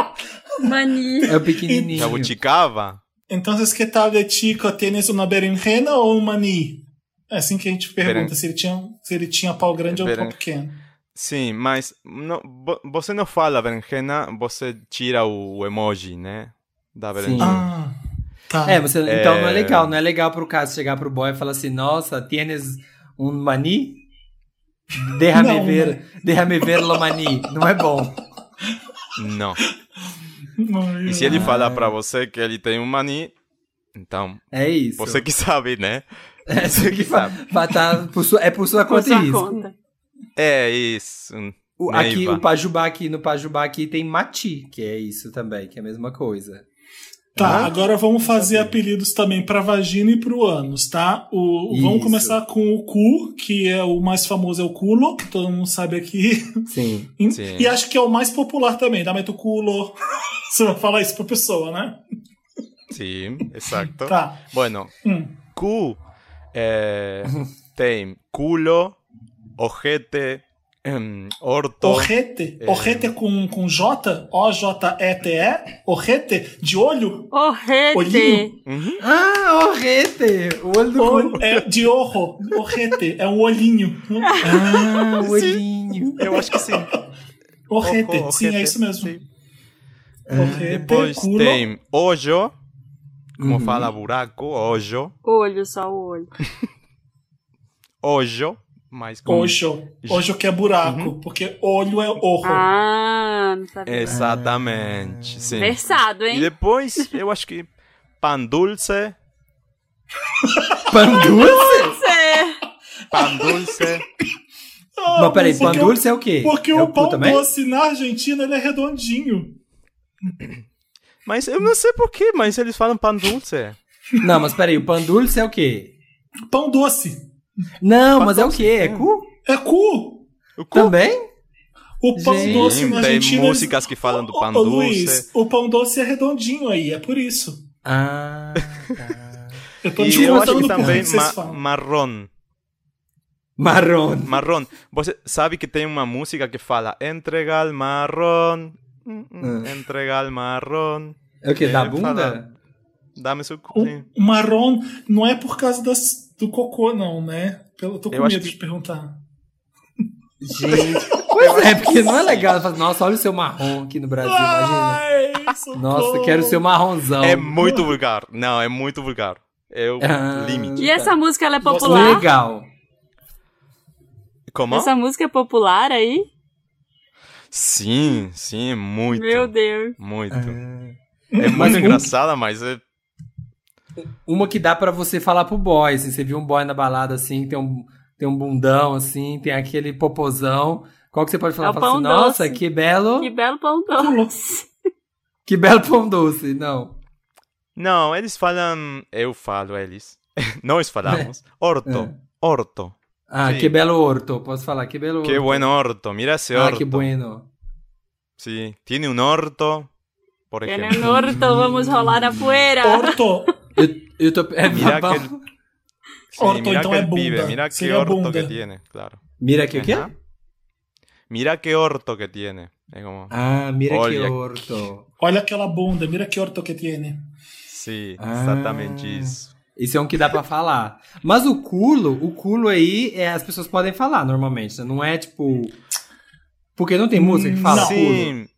Speaker 4: Mani.
Speaker 3: É o pequenininho.
Speaker 5: jabuticaba.
Speaker 2: Então, que tal de chico tienes uma berenjena ou um mani? É assim que a gente pergunta
Speaker 5: Beren-
Speaker 2: se, ele tinha, um- se ele tinha pau grande ou
Speaker 5: Beren-
Speaker 2: pau pequeno.
Speaker 5: Sim, mas não, vo- você não fala berenjena, você tira o emoji, né? Da berenjena.
Speaker 2: Ah, tá.
Speaker 3: É, você,
Speaker 5: É.
Speaker 3: então não é legal. Não é legal pro caso chegar pro boy e falar assim, nossa, tienes um mani? Derrame
Speaker 2: Não,
Speaker 3: ver, derrame ver lo mani. Não é bom.
Speaker 5: Não.
Speaker 2: Ai,
Speaker 5: E se ele falar
Speaker 3: Ah.
Speaker 5: pra você que ele tem um mani, então
Speaker 3: É isso.
Speaker 5: você que sabe, né?
Speaker 3: é,
Speaker 5: você que
Speaker 3: fa- fa- tá por sua- é por sua
Speaker 4: Com
Speaker 3: conta e
Speaker 4: sua
Speaker 3: risco.
Speaker 4: conta.
Speaker 5: É isso.
Speaker 3: O, aqui,
Speaker 5: Neiva.
Speaker 3: o Pajubá aqui, no Pajubá aqui tem mati, que é isso também, que é a mesma coisa.
Speaker 2: Tá,
Speaker 5: Ah.
Speaker 2: agora vamos fazer apelidos também pra vagina e pro ânus, tá? O,
Speaker 3: Isso.
Speaker 2: vamos começar com o cu, que é o mais famoso, é o culo, que todo mundo sabe aqui.
Speaker 3: Sim.
Speaker 5: Sim.
Speaker 2: E acho que é o mais popular também, dá o culo. Você vai falar isso pra pessoa, né?
Speaker 5: Sim, exato.
Speaker 2: Tá.
Speaker 5: Bueno,
Speaker 2: Hum.
Speaker 5: cu eh, tem culo, ojete, em, orto.
Speaker 2: Orrete.
Speaker 5: É.
Speaker 2: Orrete com, com J, O-J-E-T-E. Orrete de olho.
Speaker 4: Orrete.
Speaker 2: Olhinho.
Speaker 5: Uhum.
Speaker 3: Ah, horrete! O olho do olho.
Speaker 2: Ou- é de orro. Orrete. É um olhinho. É.
Speaker 3: Ah, o olhinho.
Speaker 5: Eu acho que sim.
Speaker 2: Orrete.
Speaker 5: Ojo,
Speaker 2: Sim, é
Speaker 5: ojete,
Speaker 2: isso mesmo.
Speaker 5: sim.
Speaker 2: Orrete,
Speaker 5: Depois
Speaker 2: culo.
Speaker 5: tem olho, como
Speaker 3: Uhum.
Speaker 5: fala buraco, olho,
Speaker 4: Olho, só o olho.
Speaker 5: olho, mas com...
Speaker 2: Ojo. Ojo que é buraco,
Speaker 3: Uhum.
Speaker 2: porque olho é orro.
Speaker 4: Ah, não sabia.
Speaker 5: Exatamente,
Speaker 2: Ah.
Speaker 5: sim.
Speaker 4: Versado,
Speaker 5: E
Speaker 4: hein?
Speaker 5: depois, eu acho que pan dulce,
Speaker 3: Pandulce?
Speaker 4: Você.
Speaker 5: pan dulce,
Speaker 2: Ah,
Speaker 3: Mas peraí,
Speaker 2: porque
Speaker 3: pandulce é o quê?
Speaker 2: o- Porque
Speaker 3: é
Speaker 2: o
Speaker 3: cu
Speaker 2: pão
Speaker 3: também?
Speaker 2: doce na Argentina ele é redondinho.
Speaker 5: mas eu não sei porquê, mas eles falam pan dulce.
Speaker 3: Não, mas peraí, o pandulce é o quê?
Speaker 2: Pão doce.
Speaker 3: Não, mas é o quê? É cu?
Speaker 2: É cu.
Speaker 5: O cu
Speaker 3: Também?
Speaker 2: O pão
Speaker 3: Gente,
Speaker 2: doce na
Speaker 5: tem
Speaker 2: Argentina. é
Speaker 5: músicas que falam do
Speaker 2: Ô, ô,
Speaker 5: pão doce.
Speaker 2: Luiz, o pão doce é redondinho aí, é por isso.
Speaker 3: Ah, tá.
Speaker 2: Eu tô
Speaker 5: E eu
Speaker 2: descontando
Speaker 5: acho que
Speaker 2: por que
Speaker 5: também
Speaker 2: vocês
Speaker 5: ma
Speaker 2: falam.
Speaker 5: marrom.
Speaker 3: Marrom.
Speaker 5: Marrom. Você sabe que tem uma música que fala entregar marrom, hum, hum,
Speaker 3: Hum.
Speaker 5: entregar marrom,
Speaker 3: É o quê? Da
Speaker 5: É,
Speaker 3: bunda?
Speaker 5: fala- dá-me seu cu.
Speaker 2: O,
Speaker 5: Sim.
Speaker 2: o marrom não é por causa das- do cocô, não, né? Pelo, tô com
Speaker 5: Eu acho
Speaker 2: medo
Speaker 5: que-
Speaker 2: de perguntar.
Speaker 3: Gente. Pois é, porque não é legal. Fala, Nossa, olha o seu marrom aqui no Brasil,
Speaker 2: Ah,
Speaker 3: imagina.
Speaker 2: Ai, socorro.
Speaker 3: Nossa, quero um o seu marronzão.
Speaker 5: É muito vulgar. Não, é muito vulgar. É o
Speaker 3: Ah.
Speaker 5: limite.
Speaker 4: E essa música, ela é popular?
Speaker 3: legal.
Speaker 5: Como?
Speaker 4: Essa música é popular aí?
Speaker 5: Sim, sim, muito.
Speaker 4: Meu Deus.
Speaker 5: Muito.
Speaker 3: Ah.
Speaker 5: É
Speaker 3: Mas
Speaker 5: muito
Speaker 3: um-
Speaker 5: engraçada, mas é
Speaker 3: Uma que dá pra você falar pro boy, assim, você viu um boy na balada, assim, tem um, tem um bundão, assim, tem aquele popozão. Qual que você pode falar?
Speaker 4: É o
Speaker 3: Fala assim,
Speaker 4: pão
Speaker 3: nossa,
Speaker 4: doce.
Speaker 3: que belo,
Speaker 4: Que
Speaker 3: que...
Speaker 4: belo pão doce.
Speaker 3: belo pão doce. Não.
Speaker 5: Não, eles falam. Eu falo, eles. Nós falamos. Orto. Orto.
Speaker 3: Ah,
Speaker 5: Sim.
Speaker 3: que belo orto. Posso falar, que belo
Speaker 5: Qué
Speaker 3: orto.
Speaker 5: buen orto. Mira ese
Speaker 3: ah,
Speaker 5: orto.
Speaker 3: que bueno.
Speaker 5: Sí, tiene un orto. Por
Speaker 4: É
Speaker 5: ejemplo.
Speaker 4: Norton, vamos rolar na poeira.
Speaker 2: Orto,
Speaker 3: Eu, eu tô... É,
Speaker 5: Mira
Speaker 3: babau.
Speaker 5: aquel- Sí,
Speaker 2: Orto,
Speaker 5: mira
Speaker 2: entonces,
Speaker 5: qué pibe,
Speaker 2: bunda.
Speaker 5: mira qué
Speaker 2: Sería
Speaker 5: orto
Speaker 2: bunda.
Speaker 5: que tiene, claro.
Speaker 3: Mira que o quê?
Speaker 5: Ajá. Mira qué orto que tiene. Es como.
Speaker 3: Ah, mira que
Speaker 5: Olha
Speaker 3: orto.
Speaker 2: olha aquela bunda, mira que orto que tiene.
Speaker 5: Sí,
Speaker 3: Ah.
Speaker 5: exactamente eso.
Speaker 3: Esse é um que dá pra falar. Mas o culo, o culo aí, é, as pessoas podem falar normalmente, né? não é tipo... Porque não tem música que fala
Speaker 2: Não.
Speaker 3: culo.
Speaker 5: Sí,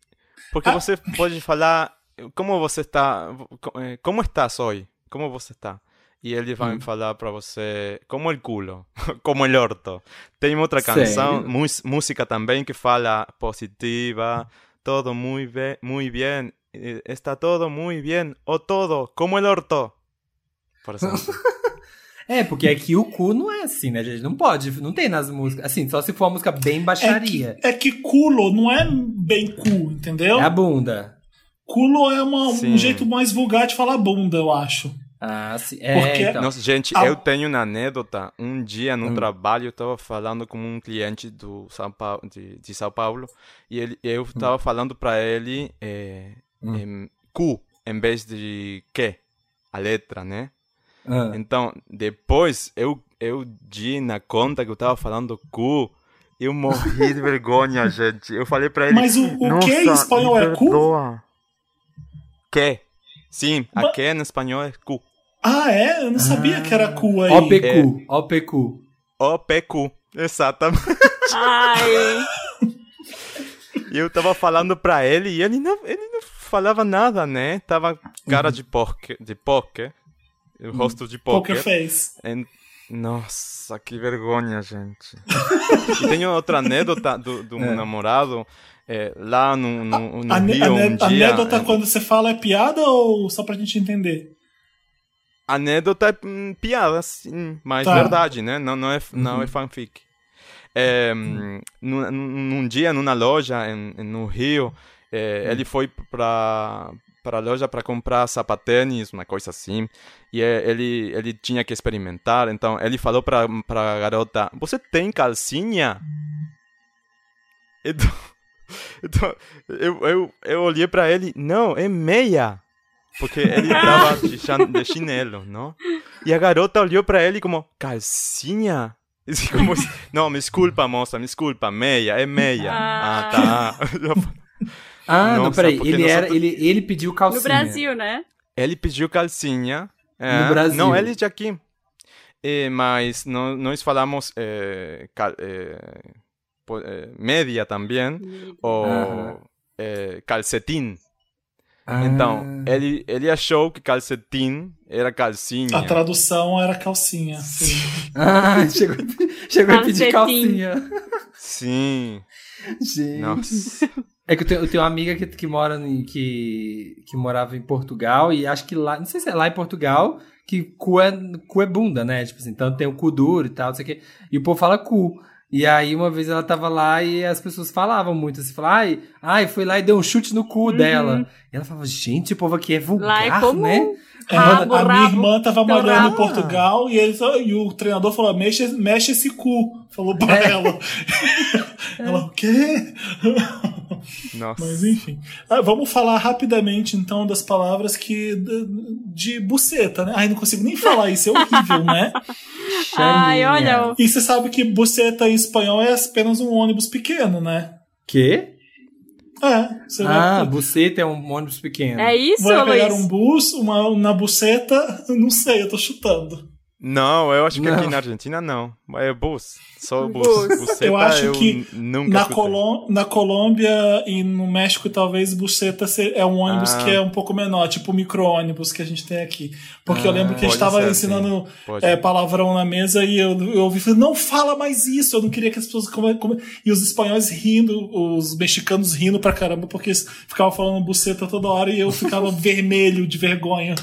Speaker 5: porque
Speaker 2: Ah.
Speaker 5: vos podés falar. ¿Cómo vos está? co- eh, ¿Cómo estás hoy? ¿Cómo vos está? e ele vai me falar pra você eh, como o culo, como o orto. Tem outra
Speaker 3: Sério?
Speaker 5: canção, mus- música também que fala positiva, todo muito bem, muito bem, eh, está todo muito bem, ou todo como o orto. Por exemplo.
Speaker 3: É, porque aqui o cu não é assim, né, gente? Não pode, não tem nas músicas. Assim, só se for uma música bem baixaria.
Speaker 2: É que culo não é bem cu,
Speaker 3: É,
Speaker 2: entendeu?
Speaker 3: a bunda.
Speaker 2: Culo é uma-
Speaker 5: Sim.
Speaker 2: um jeito mais vulgar de falar bunda, eu acho.
Speaker 3: Ah, sim. É,
Speaker 2: Porque-
Speaker 3: então.
Speaker 5: Nossa, gente,
Speaker 2: Ah.
Speaker 5: eu tenho uma anedota. Um dia no
Speaker 3: Hum.
Speaker 5: trabalho eu estava falando com um cliente do São Paulo, de, de São Paulo e ele, eu estava falando para ele é,
Speaker 3: Hum.
Speaker 5: em cu em vez de que, a letra, né?
Speaker 3: Ah.
Speaker 5: Então, depois eu, eu di na conta que eu estava falando cu. Eu morri de vergonha, gente. Eu falei para ele.
Speaker 2: Mas o, o que em
Speaker 5: "Nossa,
Speaker 2: espanhol
Speaker 5: me
Speaker 2: é cu?
Speaker 5: perdoa." Que. Sim, a
Speaker 2: Ba-
Speaker 5: que em espanhol é cu.
Speaker 2: Ah, é? Eu não sabia
Speaker 3: Ah.
Speaker 2: que era cu aí.
Speaker 5: É.
Speaker 3: OPQ, OPQ.
Speaker 5: OPQ. Exatamente.
Speaker 4: Ai.
Speaker 5: E eu tava falando pra ele e ele não, ele não falava nada, né? Tava cara de porco, de poker, o rosto de
Speaker 2: Poker
Speaker 5: poker.
Speaker 2: Face.
Speaker 5: En- Nossa, que vergonha, gente. e tenho outra anedota do, do meu namorado, é, lá no, no, no
Speaker 2: A, ne-
Speaker 5: Rio,
Speaker 2: a
Speaker 5: um
Speaker 2: ne- a
Speaker 5: dia...
Speaker 2: anedota
Speaker 5: é,
Speaker 2: quando você fala é piada ou só pra gente entender?
Speaker 5: Anedota é hum, piada, sim, mas
Speaker 2: Tá.
Speaker 5: verdade, né? Não, não, é, não é fanfic. É, hum, num, num- num dia, numa loja em- em- no Rio, é, ele foi para para a loja para comprar sapatênis, uma coisa assim, e é, ele ele tinha que experimentar, então ele falou para para a garota, você tem calcinha? Então, então eu, eu, eu olhei para ele, não, é meia. Porque ele tava de, chan- de chinelo, não? E a garota olhou pra ele como, calcinha? E se- Como, se- não, me desculpa, moça, me desculpa, meia, é meia.
Speaker 4: Ah.
Speaker 5: Ah, tá.
Speaker 3: Ah, não,
Speaker 5: Nossa,
Speaker 3: peraí.
Speaker 5: porque
Speaker 3: Ele,
Speaker 5: nós
Speaker 3: era,
Speaker 5: outro-
Speaker 3: ele, ele pediu calcinha.
Speaker 4: No Brasil, né?
Speaker 5: Ele pediu calcinha. é,
Speaker 3: No Brasil.
Speaker 5: Não, ele de aqui. É, mas no- nós falamos é, cal- é, po- é, média também, ou
Speaker 3: Aham.
Speaker 5: é, calcetim.
Speaker 3: Ah.
Speaker 5: Então, ele, ele achou que calcetim era calcinha.
Speaker 2: A tradução era calcinha. Sim.
Speaker 3: Ah, chegou, chegou a pedir
Speaker 4: Calcetim.
Speaker 3: calcinha.
Speaker 5: Sim.
Speaker 3: Gente.
Speaker 5: Nossa.
Speaker 3: É que eu tenho, eu tenho uma amiga que, que mora em, que, que morava em Portugal e acho que lá, não sei se é lá em Portugal, que cu é, cu é bunda, né? Tipo assim, então tem o cu duro e tal, não sei o quê. E o povo fala cu. E aí uma vez ela tava lá e as pessoas falavam muito assim, falavam, ai, ai, foi lá e deu um chute no cu
Speaker 4: Uhum.
Speaker 3: dela. E ela falava, gente, o povo aqui é vulgar,
Speaker 4: Lá é comum.
Speaker 3: né?
Speaker 2: É,
Speaker 4: Rabo,
Speaker 2: a minha
Speaker 4: rabo.
Speaker 2: irmã tava
Speaker 4: Então,
Speaker 2: malhando
Speaker 5: rabo.
Speaker 2: em Portugal e, eles, e o treinador falou: mexe, mexe esse cu. Falou pra ela. ela, o quê?
Speaker 5: Nossa.
Speaker 2: Mas enfim. Ah, vamos falar rapidamente então das palavras que. de, de buceta, né? Ai, não consigo nem falar isso, é horrível, né?
Speaker 4: Ai,
Speaker 3: Chaminha.
Speaker 4: olha. o-
Speaker 2: E você sabe que buceta em espanhol é apenas um ônibus pequeno, né?
Speaker 3: Quê?
Speaker 2: É. Você
Speaker 3: Ah,
Speaker 2: vai,
Speaker 3: buceta é um ônibus pequeno.
Speaker 4: É isso,
Speaker 2: vai pegar um
Speaker 4: Luiz?
Speaker 2: bus, uma na buceta, não sei, eu tô chutando.
Speaker 5: Não, eu acho que aqui
Speaker 3: Não.
Speaker 5: na Argentina não. É bus. Só bus.
Speaker 4: Bus.
Speaker 5: Buceta
Speaker 2: Eu acho que
Speaker 5: n- nunca
Speaker 2: Na,
Speaker 5: escutei.
Speaker 2: Colom- na Colômbia e no México, talvez, buceta se- é um ônibus
Speaker 5: Ah.
Speaker 2: que é um pouco menor, tipo o micro-ônibus que a gente tem aqui. Porque eu
Speaker 3: Ah,
Speaker 2: lembro que a gente
Speaker 5: pode
Speaker 2: tava
Speaker 5: ser,
Speaker 2: ensinando
Speaker 5: Pode.
Speaker 2: é, palavrão na mesa e eu, eu ouvi falando, não fala mais isso, eu não queria que as pessoas. come- come-" E os espanhóis rindo, os mexicanos rindo pra caramba, porque eles ficavam falando buceta toda hora e eu ficava vermelho de vergonha.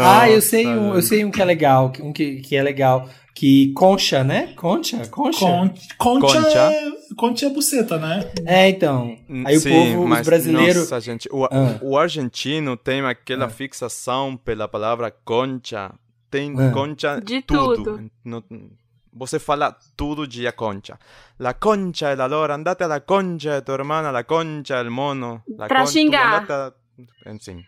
Speaker 3: ah, eu sei
Speaker 5: Nossa.
Speaker 3: um, eu sei um que é legal, que- um que, que é legal, que concha, né? Concha, concha.
Speaker 2: Con concha,
Speaker 5: Concha.
Speaker 2: É, concha é buceta, né?
Speaker 3: É, então. Aí
Speaker 5: Hum, Sim,
Speaker 3: o povo, os
Speaker 5: mas,
Speaker 3: brasileiros.
Speaker 5: Nossa, gente, o,
Speaker 3: Ah.
Speaker 5: o argentino tem aquela fixação pela palavra concha. Tem
Speaker 3: Ah.
Speaker 5: concha
Speaker 4: De tudo.
Speaker 5: No- você fala tudo de a concha. La concha de la lora, andate a la concha de tu hermana, la concha del mono. La
Speaker 4: Pra
Speaker 5: con- tu-
Speaker 4: xingar.
Speaker 5: andate a- eh, Sim.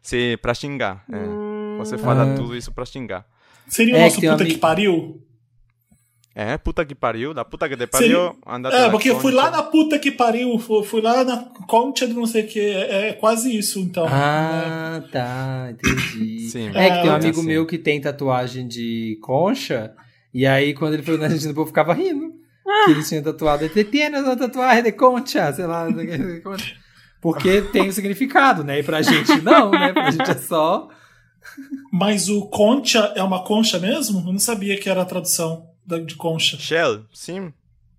Speaker 5: Sim, pra xingar. é.
Speaker 4: Mm.
Speaker 5: Você fala
Speaker 3: Ah.
Speaker 5: tudo isso pra xingar.
Speaker 2: Seria o
Speaker 3: É,
Speaker 2: nosso
Speaker 3: que tem um
Speaker 2: puta que
Speaker 3: amigo-
Speaker 2: pariu?
Speaker 5: É, puta que pariu, da puta que te
Speaker 2: Seria-
Speaker 5: pariu,
Speaker 3: Tá,
Speaker 5: andate a
Speaker 2: É,
Speaker 5: la
Speaker 2: porque eu fui
Speaker 5: concha.
Speaker 2: lá na puta que pariu, fu- fui lá na concha de não sei o que, é, é quase isso, então.
Speaker 3: Ah, tá, entendi.
Speaker 5: Sim.
Speaker 3: É que tem um
Speaker 2: É,
Speaker 5: assim.
Speaker 3: amigo meu que tem tatuagem de concha, e aí quando ele foi na Argentina, o povo ficava rindo. Que ele tinha tatuado, ele tinha uma tatuagem de concha, sei lá. não sei o que, não sei o que, concha. Porque tem um significado, né? E pra gente não, né? Pra gente é só.
Speaker 2: Mas o concha é uma concha mesmo? Eu não sabia que era a tradução da- de concha.
Speaker 5: Shell, sim.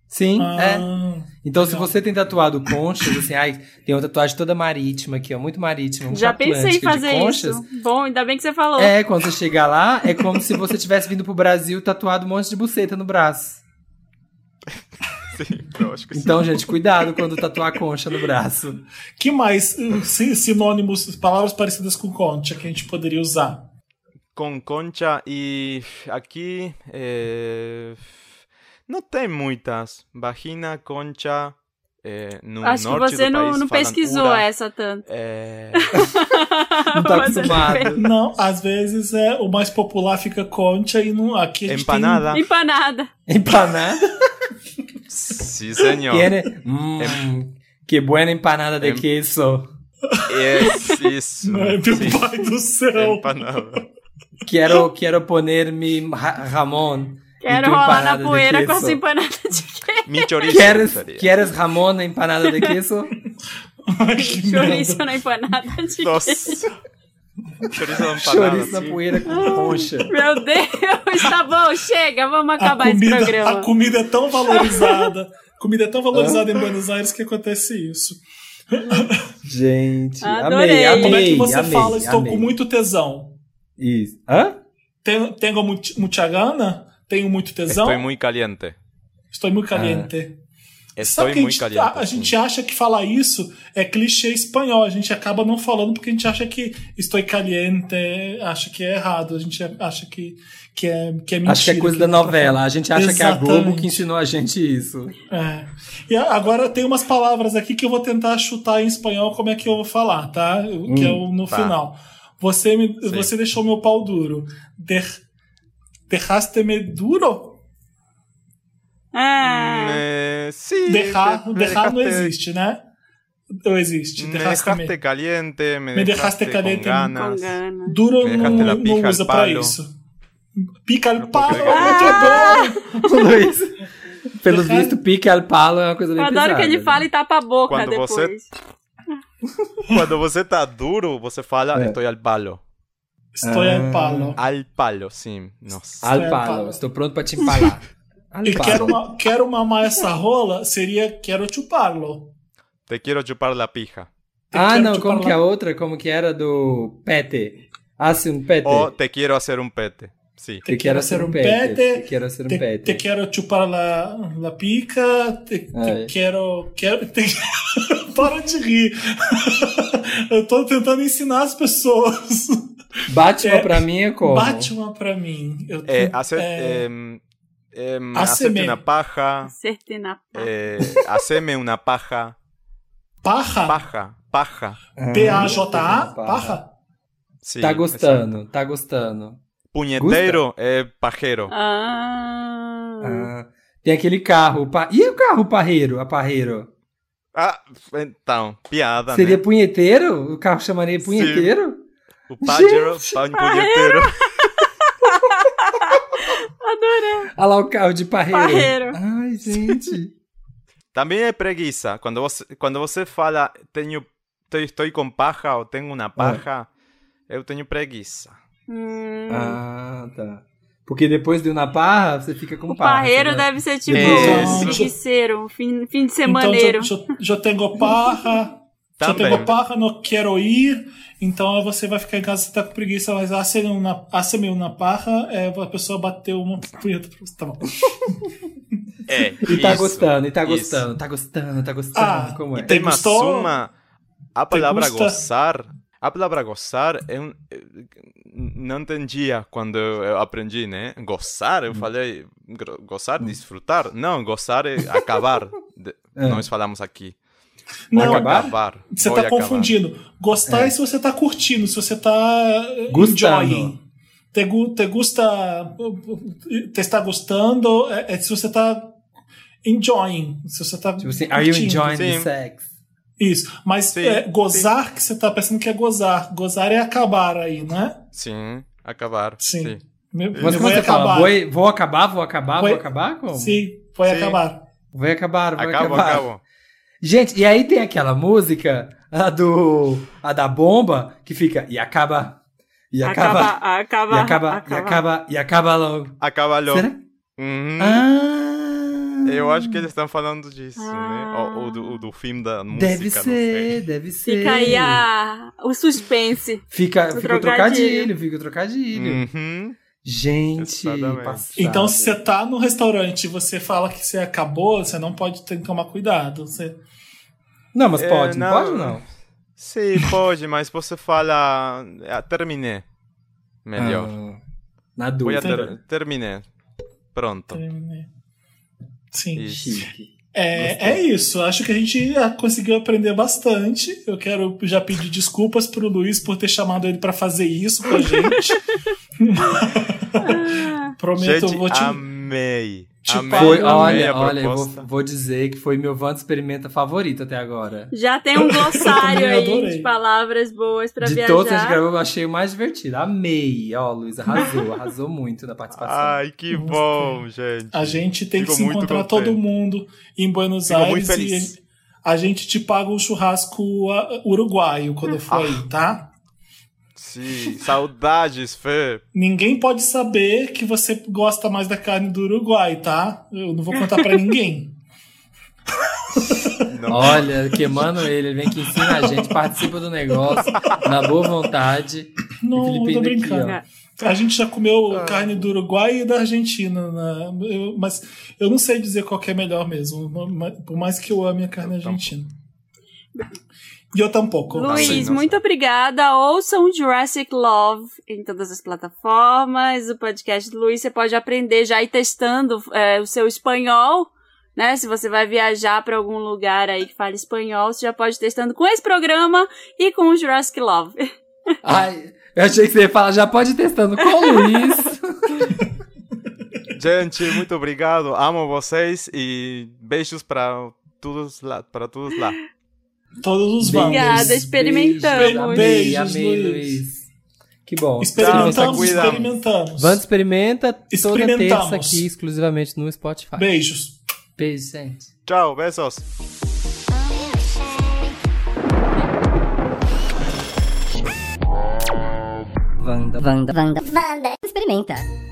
Speaker 3: Sim, é.
Speaker 2: Ah,
Speaker 3: Então, se
Speaker 2: legal.
Speaker 3: você tem tatuado conchas, assim, ai, tem uma tatuagem toda marítima aqui, ó, muito marítima. Muito
Speaker 4: Já pensei em
Speaker 3: atlântica, um de
Speaker 4: fazer
Speaker 3: conchas.
Speaker 4: isso. Bom, ainda bem que você falou.
Speaker 3: É, quando você chegar lá, é como se você tivesse vindo pro Brasil tatuado um monte de buceta no braço.
Speaker 5: Sim, eu acho que sim.
Speaker 3: Então, gente, cuidado quando tatuar concha no braço.
Speaker 2: Que mais eh, si- sinônimos, palavras parecidas com concha que a gente poderia usar?
Speaker 5: com concha e aqui é, não tem muitas. Vagina, concha, é, pues, eh, no
Speaker 4: Acho que
Speaker 5: norte
Speaker 4: você
Speaker 5: do
Speaker 4: não,
Speaker 5: país eh,
Speaker 4: não
Speaker 5: falam
Speaker 4: pesquisou
Speaker 5: ura.
Speaker 4: essa tanto.
Speaker 5: É,
Speaker 3: Não tá
Speaker 4: Você fez.
Speaker 3: acostumado.
Speaker 2: Não, às vezes é o mais popular fica concha e não, aqui a gente
Speaker 5: empanada.
Speaker 4: Empanada.
Speaker 3: Empanar?
Speaker 5: Sim, senhor.
Speaker 3: Tiene... Hum, que buena empanada de
Speaker 5: Em-
Speaker 3: queso.
Speaker 5: Yes, isso.
Speaker 2: tem... Ai, meu
Speaker 5: Sim,
Speaker 2: pai do céu.
Speaker 5: Empanada.
Speaker 3: Quiero, quiero ponerme ra- Ramon. em
Speaker 4: Quero
Speaker 3: tu
Speaker 4: rolar
Speaker 3: empanada
Speaker 4: na
Speaker 3: de
Speaker 4: poeira com essa
Speaker 3: queso.
Speaker 4: empanada de queijo.
Speaker 5: Mi chorizo.
Speaker 3: Queres,
Speaker 5: seria.
Speaker 3: queres Ramon na empanada de queso?
Speaker 2: Ai, que
Speaker 4: Chouriço
Speaker 2: merda.
Speaker 4: na empanada de
Speaker 5: Nossa.
Speaker 4: queijo.
Speaker 5: Chorizo empanada.
Speaker 3: Chouriço na
Speaker 5: sim.
Speaker 3: poeira
Speaker 2: Ah.
Speaker 3: com concha.
Speaker 4: Meu Deus, tá bom, chega, vamos
Speaker 2: A
Speaker 4: acabar esse
Speaker 2: comida, a
Speaker 4: programa.
Speaker 2: comida é tão valorizada. comida é tão valorizada em Buenos Aires que acontece isso.
Speaker 3: Gente,
Speaker 4: Adorei. Como
Speaker 3: amei,
Speaker 4: é
Speaker 3: amei,
Speaker 2: Como é que você
Speaker 3: amei,
Speaker 2: fala? Estou
Speaker 3: amei.
Speaker 2: com muito tesão.
Speaker 3: Isso. Hã?
Speaker 2: Ten- Tengo much- mucha gana? Tenho muito tesão?
Speaker 5: Estoy muy caliente.
Speaker 2: Estou muito
Speaker 5: Ah.
Speaker 2: caliente.
Speaker 5: Estoy
Speaker 2: que a
Speaker 5: muy
Speaker 2: gente,
Speaker 5: caliente.
Speaker 2: a- a
Speaker 5: sim.
Speaker 2: gente acha que falar isso é clichê espanhol. A gente acaba não falando porque a gente acha que estou caliente, acha que é errado. A gente acha que, que, é, que é mentira.
Speaker 3: Acho que é coisa da
Speaker 2: não tá
Speaker 3: novela. A gente acha que é a Globo
Speaker 2: Exatamente.
Speaker 3: que ensinou a gente isso.
Speaker 2: É. E a- agora tem umas palavras aqui que eu vou tentar chutar em espanhol como é que eu vou falar, tá? Eu- que é
Speaker 3: Hum,
Speaker 2: o no
Speaker 5: tá.
Speaker 2: final. Você, me,
Speaker 5: Sim.
Speaker 2: você deixou meu pau duro. Der, derraste-me duro?
Speaker 5: Hum, né,
Speaker 4: Ah,
Speaker 5: Me- sim,
Speaker 2: Derrar,
Speaker 5: me
Speaker 2: derrar não
Speaker 5: dejaste-
Speaker 2: existe, né? Não existe.
Speaker 5: Me
Speaker 2: Derraste-me.
Speaker 5: dejaste caliente, me,
Speaker 2: Me
Speaker 5: dejaste,
Speaker 2: dejaste
Speaker 5: con
Speaker 2: caliente,
Speaker 4: com
Speaker 5: ganas.
Speaker 4: gana.
Speaker 2: Duro
Speaker 5: Me
Speaker 2: não,
Speaker 5: dejaste la pija
Speaker 2: não
Speaker 5: É, al
Speaker 2: usa pra
Speaker 5: palo.
Speaker 2: isso. Pica al
Speaker 5: pouco
Speaker 2: palo,
Speaker 5: legal.
Speaker 3: Ah!
Speaker 2: muito bom!
Speaker 3: Luiz, pelo
Speaker 2: Errado.
Speaker 3: visto, pique al palo é uma coisa
Speaker 4: Eu
Speaker 3: bem
Speaker 4: adoro que
Speaker 3: pesada,
Speaker 4: ele
Speaker 3: né?
Speaker 4: fala e tapa a boca
Speaker 5: Quando
Speaker 4: depois.
Speaker 5: você- tá- Quando você tá duro, você fala,
Speaker 3: É.
Speaker 5: estou al palo.
Speaker 2: Estou
Speaker 3: Ah.
Speaker 2: al palo.
Speaker 5: Al palo, sim. Nossa.
Speaker 3: Al
Speaker 2: Palo.
Speaker 3: palo, estou pronto pra te empalar. Al
Speaker 2: E quero,
Speaker 3: palo.
Speaker 2: ma- quero mamar essa rola, seria quero chuparlo.
Speaker 5: Te quero chupar la pija.
Speaker 3: Ah,
Speaker 2: quero
Speaker 3: não,
Speaker 2: te
Speaker 3: como que
Speaker 2: falar.
Speaker 3: a outra? Como que era do Pete? Ah, sim, um Pete.
Speaker 5: O te quiero hacer un pete. Sí.
Speaker 3: Te quero ser um Pete. Te quero ser um
Speaker 2: te,
Speaker 3: Pete.
Speaker 2: te quero chupar la, la pica, te, te
Speaker 3: Ai.
Speaker 2: quero. quero te- Para de rir. Eu tô tentando ensinar as pessoas.
Speaker 3: Batman
Speaker 2: É,
Speaker 3: pra mim é como?
Speaker 2: Bate uma pra mim. Eu tô-
Speaker 5: Eh, hacer,
Speaker 2: é,
Speaker 5: em,
Speaker 2: Haceme.
Speaker 5: em, hacerte una paja.
Speaker 4: Acertei na pá.
Speaker 5: Eh, haceme una paja.
Speaker 2: Parra?
Speaker 5: Paja. Paja.
Speaker 3: Ah,
Speaker 2: P-A-J-A? Parra?
Speaker 5: Sí,
Speaker 3: Tá
Speaker 5: exacto.
Speaker 3: gostando, tá gostando.
Speaker 5: Puñetero es pajero.
Speaker 4: Ah,
Speaker 3: Ah, tem aquele carro. o Pa... E o carro parreiro? A parreiro?
Speaker 5: Ah, então, piada,
Speaker 3: Seria
Speaker 5: né?
Speaker 3: punheteiro? O carro chamaria punheteiro?
Speaker 5: O pajero, pa- punheteiro.
Speaker 3: Olha lá o carro de parreiro.
Speaker 4: Parreiro.
Speaker 3: Ai, gente.
Speaker 5: Também é preguiça. Quando você, quando você fala, tenho, te- estou com paja ou tenho
Speaker 3: Ah.
Speaker 5: uma paja, eu tenho preguiça.
Speaker 4: hum.
Speaker 3: ah, tá. Porque depois de na parra, você fica com
Speaker 4: O
Speaker 3: parra.
Speaker 4: parreiro
Speaker 3: né?
Speaker 4: deve ser tipo
Speaker 5: Isso.
Speaker 4: um preguiceiro, um fim, fim de
Speaker 2: Então,
Speaker 4: semaneiro.
Speaker 2: eu, eu, eu tenho parra. Eu
Speaker 3: Tá
Speaker 5: Também.
Speaker 2: tenho parra, não quero ir. Então você vai ficar em casa, você tá com preguiça, mas assemeu na, assemeu na parra, é, a pessoa bateu uma punheta pra você. Tá bom.
Speaker 5: É,
Speaker 3: E tá
Speaker 5: isso,
Speaker 3: gostando, e tá
Speaker 5: isso.
Speaker 3: gostando, tá gostando, tá gostando.
Speaker 2: Ah,
Speaker 3: como é?
Speaker 5: Tem mais
Speaker 2: gostou?
Speaker 5: uma. A palavra
Speaker 2: gusta?
Speaker 5: gozar. A palavra gozar é um. eu Não entendia quando eu aprendi, né? Gozar,
Speaker 3: Mm.
Speaker 5: eu falei. gro- Gozar, desfrutar. Não, gozar é acabar. De-
Speaker 3: É.
Speaker 5: Nós falamos aqui.
Speaker 2: Não,
Speaker 3: Vai acabar?
Speaker 5: Acabar.
Speaker 2: Você
Speaker 5: Foi
Speaker 2: tá
Speaker 5: acabar.
Speaker 2: confundindo. Gostar é. se você tá curtindo, se você tá eh,
Speaker 3: Gustando.
Speaker 2: enjoying. Te, gu- te gusta. Te está gostando, é, é se você tá enjoying. Se você tá.
Speaker 3: Tipo assim, are you
Speaker 2: curtindo.
Speaker 3: enjoying the
Speaker 5: Sim.
Speaker 3: sex?
Speaker 2: Isso. Mas
Speaker 5: Sim,
Speaker 2: é, gozar que você tá pensando que é gozar. Gozar é acabar aí, né?
Speaker 5: Sim, acabar.
Speaker 2: Sim.
Speaker 5: Sim.
Speaker 2: Meu,
Speaker 3: Mas
Speaker 2: eu vou
Speaker 3: como você
Speaker 2: acabar.
Speaker 3: fala? Vou, vou acabar, vou acabar,
Speaker 2: Vai-
Speaker 3: vou acabar? Como?
Speaker 2: Sim, foi
Speaker 5: Sim.
Speaker 2: acabar.
Speaker 3: Vai acabar, vai
Speaker 5: Acabo,
Speaker 3: acabar.
Speaker 5: acabo.
Speaker 3: Gente, e aí tem aquela música, a do. a da bomba, que fica. E acaba. E acaba.
Speaker 4: Acaba,
Speaker 3: E
Speaker 4: acaba,
Speaker 3: acaba, e acaba, e acaba logo.
Speaker 5: Acabalhou.
Speaker 3: Será?
Speaker 5: Uhum.
Speaker 3: Ah!
Speaker 5: Eu acho que eles estão falando disso, né?
Speaker 4: Ah.
Speaker 5: Ou, ou do, ou do filme da música,
Speaker 3: Deve
Speaker 5: não sei.
Speaker 3: ser, deve ser.
Speaker 4: Fica aí a, o suspense.
Speaker 3: Fica,
Speaker 4: o
Speaker 3: fica o trocadilho,
Speaker 4: trocadilho,
Speaker 3: fica o trocadilho.
Speaker 5: Uhum.
Speaker 3: Gente,
Speaker 5: Exatamente.
Speaker 3: passada.
Speaker 2: Então, se você tá no restaurante e você fala que você acabou, você não pode ter que tomar cuidado. Você...
Speaker 3: Não, mas pode,
Speaker 5: É,
Speaker 3: não
Speaker 5: não.
Speaker 3: pode ou não?
Speaker 5: Sim, pode, mas você fala. "Ah, Terminei. Melhor.
Speaker 3: Ah, na
Speaker 5: Vou a
Speaker 3: dúvida.
Speaker 5: ter, terminei. Pronto.
Speaker 2: Sim.
Speaker 5: Isso.
Speaker 3: Chique.
Speaker 2: É, é isso, acho que a gente ah, conseguiu aprender bastante. Eu quero já pedir desculpas pro Luiz por ter chamado ele pra fazer isso com a gente. Prometo,
Speaker 5: Gente,
Speaker 2: eu vou te.
Speaker 5: amei.
Speaker 2: te
Speaker 5: amei.
Speaker 3: Foi,
Speaker 2: Amei
Speaker 3: olha,
Speaker 5: a
Speaker 3: olha, eu
Speaker 5: proposta.
Speaker 3: vou, vou dizer que foi meu Vanda Experimenta favorito até agora.
Speaker 4: Já tem um glossário
Speaker 2: também
Speaker 4: aí
Speaker 2: adorei.
Speaker 4: de palavras boas pra
Speaker 3: De
Speaker 4: viajar.
Speaker 3: todos que a gente gravou, eu achei o mais divertido. Amei. Ó, Luiz arrasou, arrasou muito na participação.
Speaker 5: Ai, que bom, gente.
Speaker 2: A gente tem
Speaker 5: Fico
Speaker 2: que se
Speaker 5: muito
Speaker 2: encontrar
Speaker 5: contente.
Speaker 2: todo mundo em Buenos
Speaker 5: Fico muito
Speaker 2: Aires
Speaker 5: feliz.
Speaker 2: e a gente te paga um churrasco ah, uruguaio quando eu for aí, tá?
Speaker 5: Sim, saudades, Fê.
Speaker 2: Ninguém pode saber que você gosta mais da carne do Uruguai, tá? Eu não vou contar pra ninguém.
Speaker 5: Não.
Speaker 3: Olha, queimando ele, ele vem aqui ensina a gente, participa do negócio, na boa vontade.
Speaker 2: Não, eu tô
Speaker 3: Filipino aqui,
Speaker 2: brincando.
Speaker 3: ó.
Speaker 2: A gente já comeu carne do Uruguai e da Argentina, né? Eu- mas eu não sei dizer qual que é melhor mesmo, ma- por mais que eu ame a carne argentina. E eu tampouco.
Speaker 5: Não sei,
Speaker 4: Luiz,
Speaker 5: não
Speaker 4: muito
Speaker 5: sei.
Speaker 4: obrigada. Ouçam o Jurassic Love em todas as plataformas. O podcast do Luiz, você pode aprender já ir testando é, o seu espanhol, né? Se você vai viajar para algum lugar aí que fala espanhol, você já pode ir testando com esse programa e com o Jurassic Love.
Speaker 3: Ai, eu achei que você ia falar, já pode ir testando com o Luiz.
Speaker 5: Gente, muito obrigado. Amo vocês e beijos para todos lá. Para todos lá.
Speaker 2: Todos os
Speaker 3: Beijos,
Speaker 2: vamos.
Speaker 4: Obrigada, experimentamos.
Speaker 3: Beijos, amei,
Speaker 2: Beijos,
Speaker 3: amei,
Speaker 2: Luiz.
Speaker 3: Luiz. Que bom.
Speaker 5: Tchau,
Speaker 2: Experimentamos,
Speaker 5: se cuidam.
Speaker 2: experimentamos.
Speaker 3: Vanda experimenta toda
Speaker 2: Experimentamos.
Speaker 3: terça aqui, exclusivamente no Spotify.
Speaker 2: Beijos.
Speaker 3: Beijo, gente.
Speaker 5: Tchau, beijos.
Speaker 3: Vanda.
Speaker 1: Vanda. Vanda. Vanda. Experimenta.